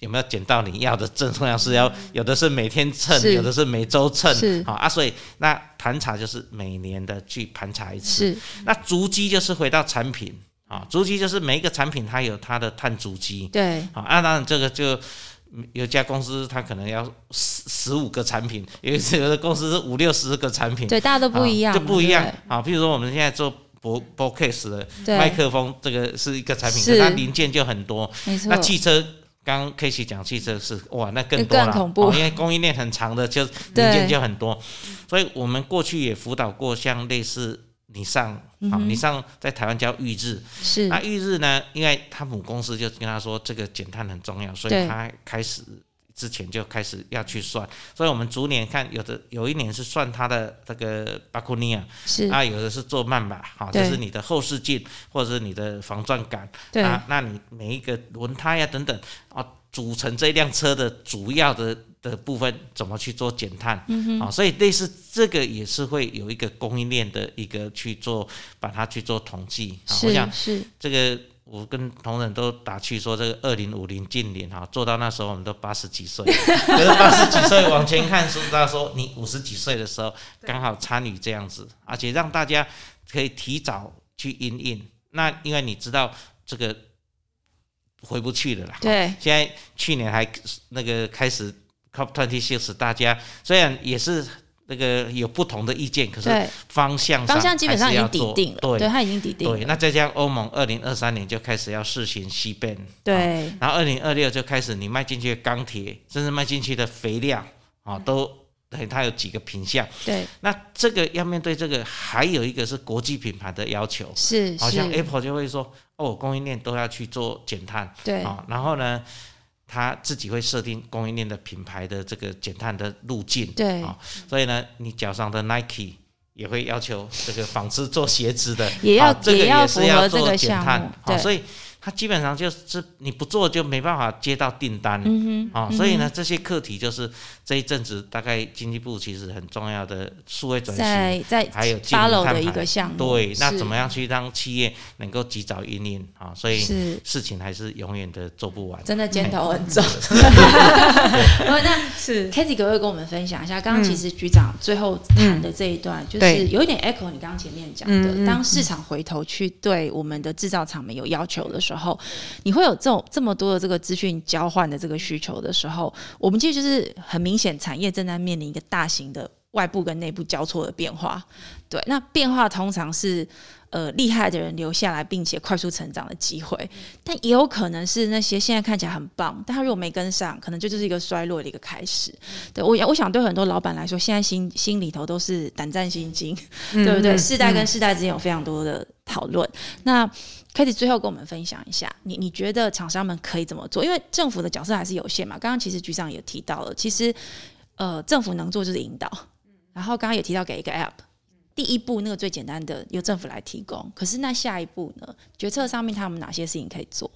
Speaker 3: 有没有减到你要的正重量是要有的是每天称，
Speaker 1: 嗯是
Speaker 3: 有的是每周称
Speaker 1: 是，
Speaker 3: 好啊，所以那盘查就是每年的去盘查一次，
Speaker 1: 是
Speaker 3: 那足迹就是回到产品啊，足迹就是每一个产品它有它的碳足迹
Speaker 1: 对
Speaker 3: 啊。啊，当然这个就嗯有一家公司它可能要十十五个产品，有一些有的公司是五六十个产品，
Speaker 1: 对，大家都不一样
Speaker 3: 啊
Speaker 1: 嘛，
Speaker 3: 就不一样
Speaker 1: 对
Speaker 3: 啊。譬如说我们现在做。博 o c a s e 的
Speaker 1: 对
Speaker 3: 麦克风，这个是一个产品，
Speaker 1: 是
Speaker 3: 可它零件就很多。
Speaker 1: 不对，没错
Speaker 3: 那，汽车，刚刚 K 七讲汽车是哇，那更
Speaker 1: 更
Speaker 3: 多了，
Speaker 1: 恐怖
Speaker 3: 哦因为供应链很长的，
Speaker 1: (laughs)
Speaker 3: 就零件就很多，所以我们过去也辅导过像类似你上
Speaker 1: 嗯
Speaker 3: 啊，你上在台湾叫预日，
Speaker 1: 是
Speaker 3: 那预日呢，因为他母公司就跟他说这个减碳很重要，所
Speaker 1: 对
Speaker 3: 以他开始。之前就开始要去算，所以我们逐年看，有的有一年是算它的这个巴库尼亚，
Speaker 1: 是，
Speaker 3: 啊，有的是做曼巴，好，就
Speaker 1: 对
Speaker 3: 是你的后视镜或者是你的防撞杆，
Speaker 1: 对
Speaker 3: 啊，那你每一个轮胎啊等等啊，组成这辆车的主要的的部分怎么去做减碳、
Speaker 1: 嗯
Speaker 3: 啊？所以类似这个也是会有一个供应链的一个去做，把它去做统计。啊、我
Speaker 1: 是
Speaker 3: 想
Speaker 1: 是，
Speaker 3: 这个我跟同仁都打趣说，这个二零五零近零哈，做到那时候我们都八十几岁了， (laughs) 可是八十几岁往前看，是他说你五十几岁的时候刚好参与这样子，而且让大家可以提早去因应。那因为你知道这个回不去了啦，
Speaker 1: 对
Speaker 3: 现在去年还那个开始 COP twenty six，大家虽然也是那个有不同的意见，可是
Speaker 1: 对，
Speaker 3: 方向上
Speaker 1: 方向基本上已
Speaker 3: 还是要
Speaker 1: 经
Speaker 3: 做
Speaker 1: 底定了，
Speaker 3: 对
Speaker 1: 对，它已经底定
Speaker 3: 对，
Speaker 1: 了，
Speaker 3: 那再加上欧盟二零二三年就开始要试行西变，啊
Speaker 1: 对
Speaker 3: 然后二零二六就开始你卖进去的钢铁，甚至卖进去的肥料
Speaker 1: 嗯
Speaker 3: 啊，都对它有几个品项。
Speaker 1: 对
Speaker 3: 那这个要面对这个，还有一个是国际品牌的要求，
Speaker 1: 是，
Speaker 3: 好像
Speaker 1: 是
Speaker 3: Apple 就会说，哦，供应链都要去做减碳
Speaker 1: 对
Speaker 3: 啊，然后呢，它自己会设定供应链的品牌的这个减碳的路径。
Speaker 1: 对
Speaker 3: 啊，所以呢，你脚上的 Nike 也会要求这个纺织做鞋子的
Speaker 1: (laughs) ，也要
Speaker 3: 啊这个
Speaker 1: 也要
Speaker 3: 也是要
Speaker 1: 符合这
Speaker 3: 做
Speaker 1: 个
Speaker 3: 减
Speaker 1: 项
Speaker 3: 碳
Speaker 1: 目，
Speaker 3: 啊，
Speaker 1: 对
Speaker 3: 所以它基本上就是你不做就没办法接到订单。
Speaker 1: 嗯
Speaker 3: 啊、所以呢，这些课题就是这一阵子大概经济部其实很重要的数位
Speaker 1: 哼，
Speaker 3: 转型，
Speaker 1: 在在
Speaker 3: 还有净零
Speaker 1: follow
Speaker 3: 碳
Speaker 1: 的一
Speaker 3: 排
Speaker 1: 个项目，
Speaker 3: 对，那
Speaker 1: 是
Speaker 3: 怎么样去让企业能够及早应应啊？所以
Speaker 1: 是
Speaker 3: 事情还是永远的做不完。
Speaker 1: 真的肩头很重。
Speaker 3: 嗯
Speaker 1: (laughs)
Speaker 3: (laughs)
Speaker 1: 那那
Speaker 2: 是
Speaker 1: Kitty 可不可以跟我们分享一下？刚刚其实局长最后谈的这一段，就是
Speaker 2: 嗯对
Speaker 1: 有一点 echo 你刚刚前面讲
Speaker 2: 嗯
Speaker 1: 的，
Speaker 2: 嗯
Speaker 1: 当市场回头去对我们的制造厂们有要求的时候，你会有这种这么多的这个资讯交换的这个需求的时候，我们其实就是很明显，产业正在面临一个大型的外部跟内部交错的变化。对，那变化通常是呃厉害的人留下来，并且快速成长的机会，但也有可能是那些现在看起来很棒，但他如果没跟上，可能这就是一个衰落的一个开始。对我，我想对很多老板来说，现在心心里头都是胆战心惊， (laughs) 对不对？世代跟世代之间有非常多的讨论。那 Kitty 最后跟我们分享一下，你你觉得厂商们可以怎么做？因为政府的角色还是有限嘛。刚刚其实局长也提到了，其实呃，政府能做就是引导，然后刚刚也提到给一个 App。第一步那个最简单的由政府来提供，可是那下一步呢？决策上面他们哪些事情可以做？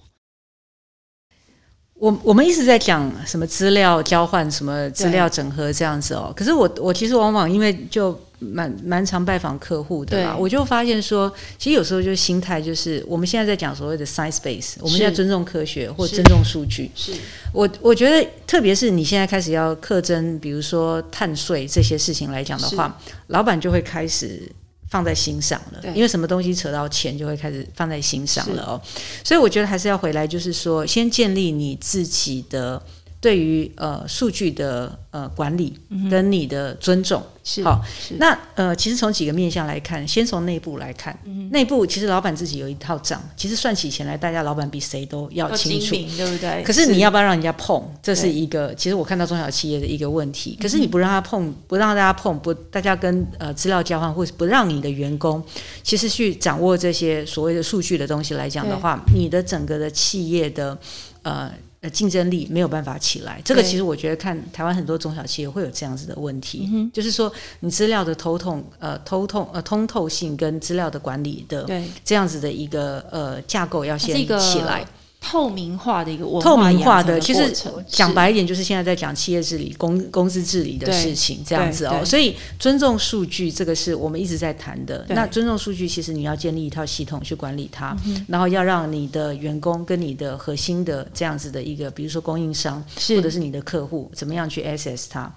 Speaker 2: 我我们一直在讲什么资料交换、什么资料整合这样子哦。可是我我其实往往因为就蛮蛮常拜访客户的啦，
Speaker 1: 对
Speaker 2: 我就发现说，其实有时候就是心态，就是我们现在在讲所谓的 science base，我们现在尊重科学或
Speaker 1: 是
Speaker 2: 尊重数据。
Speaker 1: 是
Speaker 2: 我我觉得，特别是你现在开始要课征，比如说碳税这些事情来讲的话，老板就会开始放在心上了
Speaker 1: 对，
Speaker 2: 因为什么东西扯到钱，就会开始放在心上了哦。所以我觉得还是要回来，就是说，先建立你自己的对于呃数据的呃管理跟你的尊重。
Speaker 1: 嗯是
Speaker 2: 好
Speaker 1: 是
Speaker 2: 那呃，其实从几个面向来看，先从内部来看，
Speaker 1: 嗯
Speaker 2: 内部其实老板自己有一套账，其实算起钱来，大家老板比谁都要
Speaker 1: 要
Speaker 2: 哦清
Speaker 1: 精
Speaker 2: 楚。
Speaker 1: 明，对不对？
Speaker 2: 可是你要不要让人家碰？这是
Speaker 1: 对嗯
Speaker 2: 一个，其实我看到中小企业的一个问题。可是你不让他碰，不让大家碰，不大家跟呃资料交换，或者不让你的员工其实去掌握这些所谓的数据的东西来讲的话，你的整个的企业的呃。呃竞争力没有办法起来，这个
Speaker 1: 对
Speaker 2: 其实我觉得看台湾很多中小企业会有这样子的问
Speaker 1: 嗯
Speaker 2: 题，就是说你资料的头痛呃头痛呃通透性跟资料的管理的
Speaker 1: 对，
Speaker 2: 这样子的一个呃架构要
Speaker 1: 它
Speaker 2: 先
Speaker 1: 是一个
Speaker 2: 起来。
Speaker 1: 透明化的一个文化
Speaker 2: 透明化
Speaker 1: 养成
Speaker 2: 的，
Speaker 1: 的
Speaker 2: 其实
Speaker 1: 过程
Speaker 2: 讲
Speaker 1: 是
Speaker 2: 白一点，就是现在在讲企业治理、公公司治理的事情，这样子
Speaker 1: 对
Speaker 2: 哦。
Speaker 1: 对
Speaker 2: 所以尊重数据，这个是我们一直在谈的。
Speaker 1: 对嗯
Speaker 2: 那尊重数据，其实你要建立一套系统去管理它，然后要让你的员工跟你的核心的这样子的一个，比如说供应商
Speaker 1: 是嗯
Speaker 2: 或者是你的客户，怎么样去 access 它。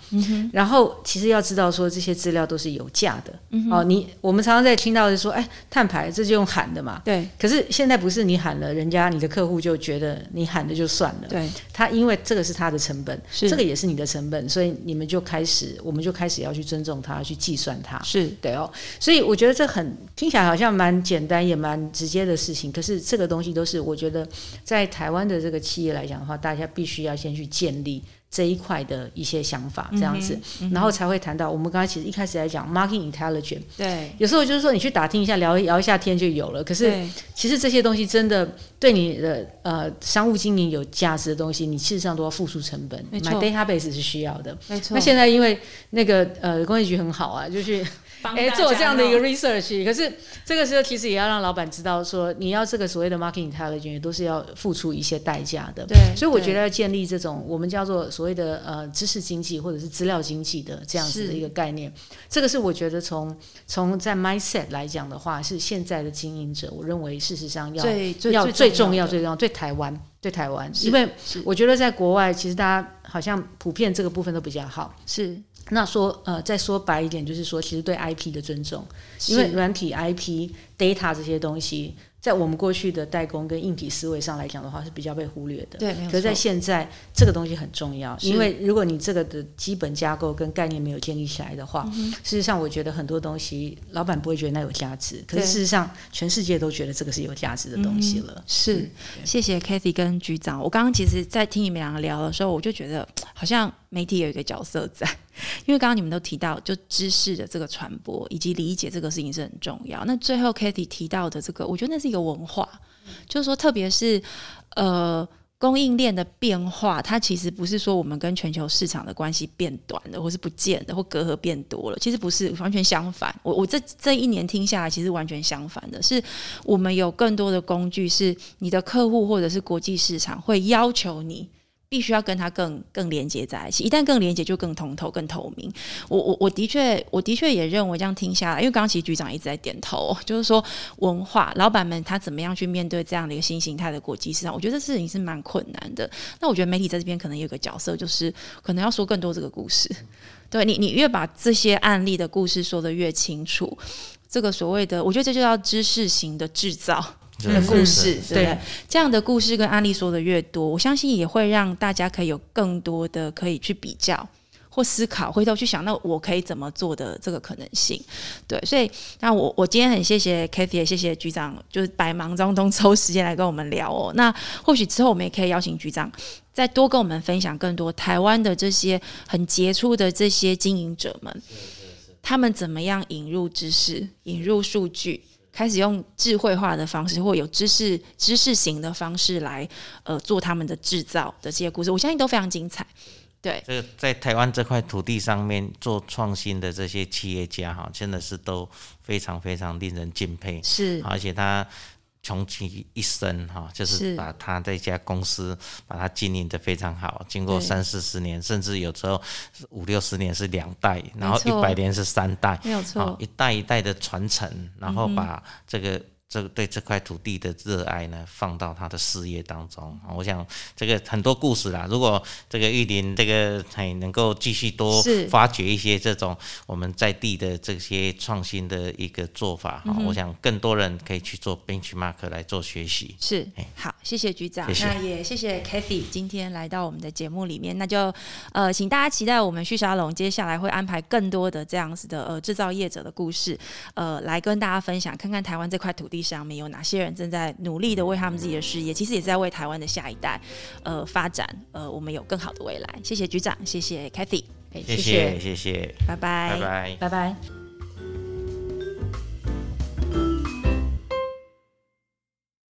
Speaker 2: 然后其实要知道说这些资料都是有价的。
Speaker 1: 嗯
Speaker 2: 哦，你我们常常在听到的说，哎，碳排这就用喊的嘛。
Speaker 1: 对
Speaker 2: 可是现在不是你喊了，人家你的客户就觉得你喊的就算了。
Speaker 1: 对
Speaker 2: 他因为这个是他的成本，
Speaker 1: 是
Speaker 2: 这个也是你的成本，所以你们就开始，我们就开始要去尊重他，去计算他。
Speaker 1: 是
Speaker 2: 对哦，所以我觉得这很听起来好像蛮简单，也蛮直接的事情。可是这个东西都是我觉得在台湾的这个企业来讲的话，大家必须要先去建立这一块的一些想法，这样子，然后才会谈到我们刚才其实一开始在讲 marketing intelligence，
Speaker 1: 对
Speaker 2: 有时候就是说你去打听一下，聊一聊一下天就有了。可是
Speaker 1: 对
Speaker 2: 其实这些东西真的对你的呃商务经营有价值的东西，你事实上都要付出成本。
Speaker 1: 没
Speaker 2: 买
Speaker 1: 错
Speaker 2: database 是需要的。
Speaker 1: 没错。
Speaker 2: 那现在因为那个呃工业局很好啊，就去哎、做这样的一个 research，可是这个时候其实也要让老板知道说，你要这个所谓的 marketing intelligence 也都是要付出一些代价的。
Speaker 1: 对
Speaker 2: 所以我
Speaker 1: 对
Speaker 2: 觉得要建立这种我们叫做所谓的呃知识经济或者是资料经济的这样子的
Speaker 1: 是
Speaker 2: 一个概念，这个是我觉得从从在 mindset 来讲的话，是现在的经营者，我认为事实上要
Speaker 1: 最最
Speaker 2: 要最重要、
Speaker 1: 的
Speaker 2: 最重要、对台湾、对台湾，
Speaker 1: 是
Speaker 2: 因为
Speaker 1: 是
Speaker 2: 我觉得在国外，其实大家好像普遍这个部分都比较好。
Speaker 1: 是
Speaker 2: 那说呃，再说白一点，就是说，其实对 IP 的尊重，
Speaker 1: 是
Speaker 2: 因为软体 IP、data 这些东西，在我们过去的代工跟硬体思维上来讲的话，是比较被忽略的。
Speaker 1: 对，没有
Speaker 2: 可是在
Speaker 1: 错
Speaker 2: 现在，这个东西很重要，
Speaker 1: 是
Speaker 2: 因为如果你这个的基本架构跟概念没有建立起来的话，
Speaker 1: 嗯
Speaker 2: 事实上我觉得很多东西老板不会觉得那有价值，可是
Speaker 1: 对嗯
Speaker 2: 事实上全世界都觉得这个是有价值的东西了。
Speaker 1: 是，谢谢 Kathy 跟局长。我刚刚其实，在听你们两个聊的时候，我就觉得好像媒体有一个角色在， (laughs) 因为刚刚你们都提到，就知识的这个传播以及理解这个事情是很重要。那最后 Kathy 提到的这个，我觉得那是一个文化，就是说，特别是呃。供应链的变化，它其实不是说我们跟全球市场的关系变短了，或是不见了，或隔阂变多了，其实不是，完全相反。我我这这一年听下来，其实完全相反的是，我们有更多的工具，是你的客户或者是国际市场会要求你。必须要跟它更更连接在一起，一旦更连接就更通透、更透明。我我我的确，我的确也认为这样听下来，因为刚刚其实局长一直在点头哦、就是说文化老板们他怎么样去面对这样的一个新形态的国际市场，我觉得这事情是蛮困难的。那我觉得媒体在这边可能有个角色，就是可能要说更多这个故事。对你，你越把这些案例的故事说的越清楚，这个所谓的，我觉得这就叫知识型的制造。
Speaker 3: 这
Speaker 1: 的
Speaker 3: 个
Speaker 1: 故事，对不
Speaker 2: 对
Speaker 1: 对？这样的故事跟案例说的越多，我相信也会让大家可以有更多的可以去比较或思考，回头去想，那我可以怎么做的这个可能性。对，所以那我我今天很谢谢 Kathy，也谢谢局长，就是百忙中中抽时间来跟我们聊哦。那或许之后我们也可以邀请局长。再多跟我们分享更多台湾的这些很杰出的这些经营者们，他们怎么样引入知识、引入数据，开始用智慧化的方式，或有知识知识型的方式来呃做他们的制造的这些故事，我相信都非常精彩。对，
Speaker 3: 这个在台湾这块土地上面做创新的这些企业家哈，真的是都非常非常令人敬佩，
Speaker 1: 是
Speaker 3: 而且他。穷其一生哈，就是
Speaker 1: 是
Speaker 3: 把他这家公司把它经营的非常好，经过
Speaker 1: 对
Speaker 3: 三四十年，甚至有时候五六十年是两代，然后
Speaker 1: 没
Speaker 3: 一
Speaker 1: 错
Speaker 3: 百年是三代，
Speaker 1: 没有错
Speaker 3: 啊一代一代的传承，然后
Speaker 1: 嗯
Speaker 3: 把这个。这个对这块土地的热爱呢，放到他的事业当中。啊我想这个很多故事啦。如果这个玉林这个哎能够继续多
Speaker 1: 是
Speaker 3: 发掘一些这种我们在地的这些创新的一个做法
Speaker 1: 嗯
Speaker 3: 哈、我想更多人可以去做 benchmark 来做学习。
Speaker 1: 是
Speaker 3: 哎，
Speaker 1: 好，谢谢局长，
Speaker 3: 谢谢
Speaker 1: 那也谢谢 Kathy 今天来到我们的节目里面，那就呃，请大家期待我们旭沙龙接下来会安排更多的这样子的呃制造业者的故事，呃，来跟大家分享，看看台湾这块土地上面有哪些人正在努力的为他们自己的
Speaker 3: 嗯
Speaker 1: 事业，其实也是在为台湾的下一代呃发展，呃，我们有更好的未来。谢谢局长，谢谢 Kathy，
Speaker 2: 哎
Speaker 3: 谢谢，谢谢，
Speaker 1: 拜拜
Speaker 3: 拜拜
Speaker 2: 拜拜。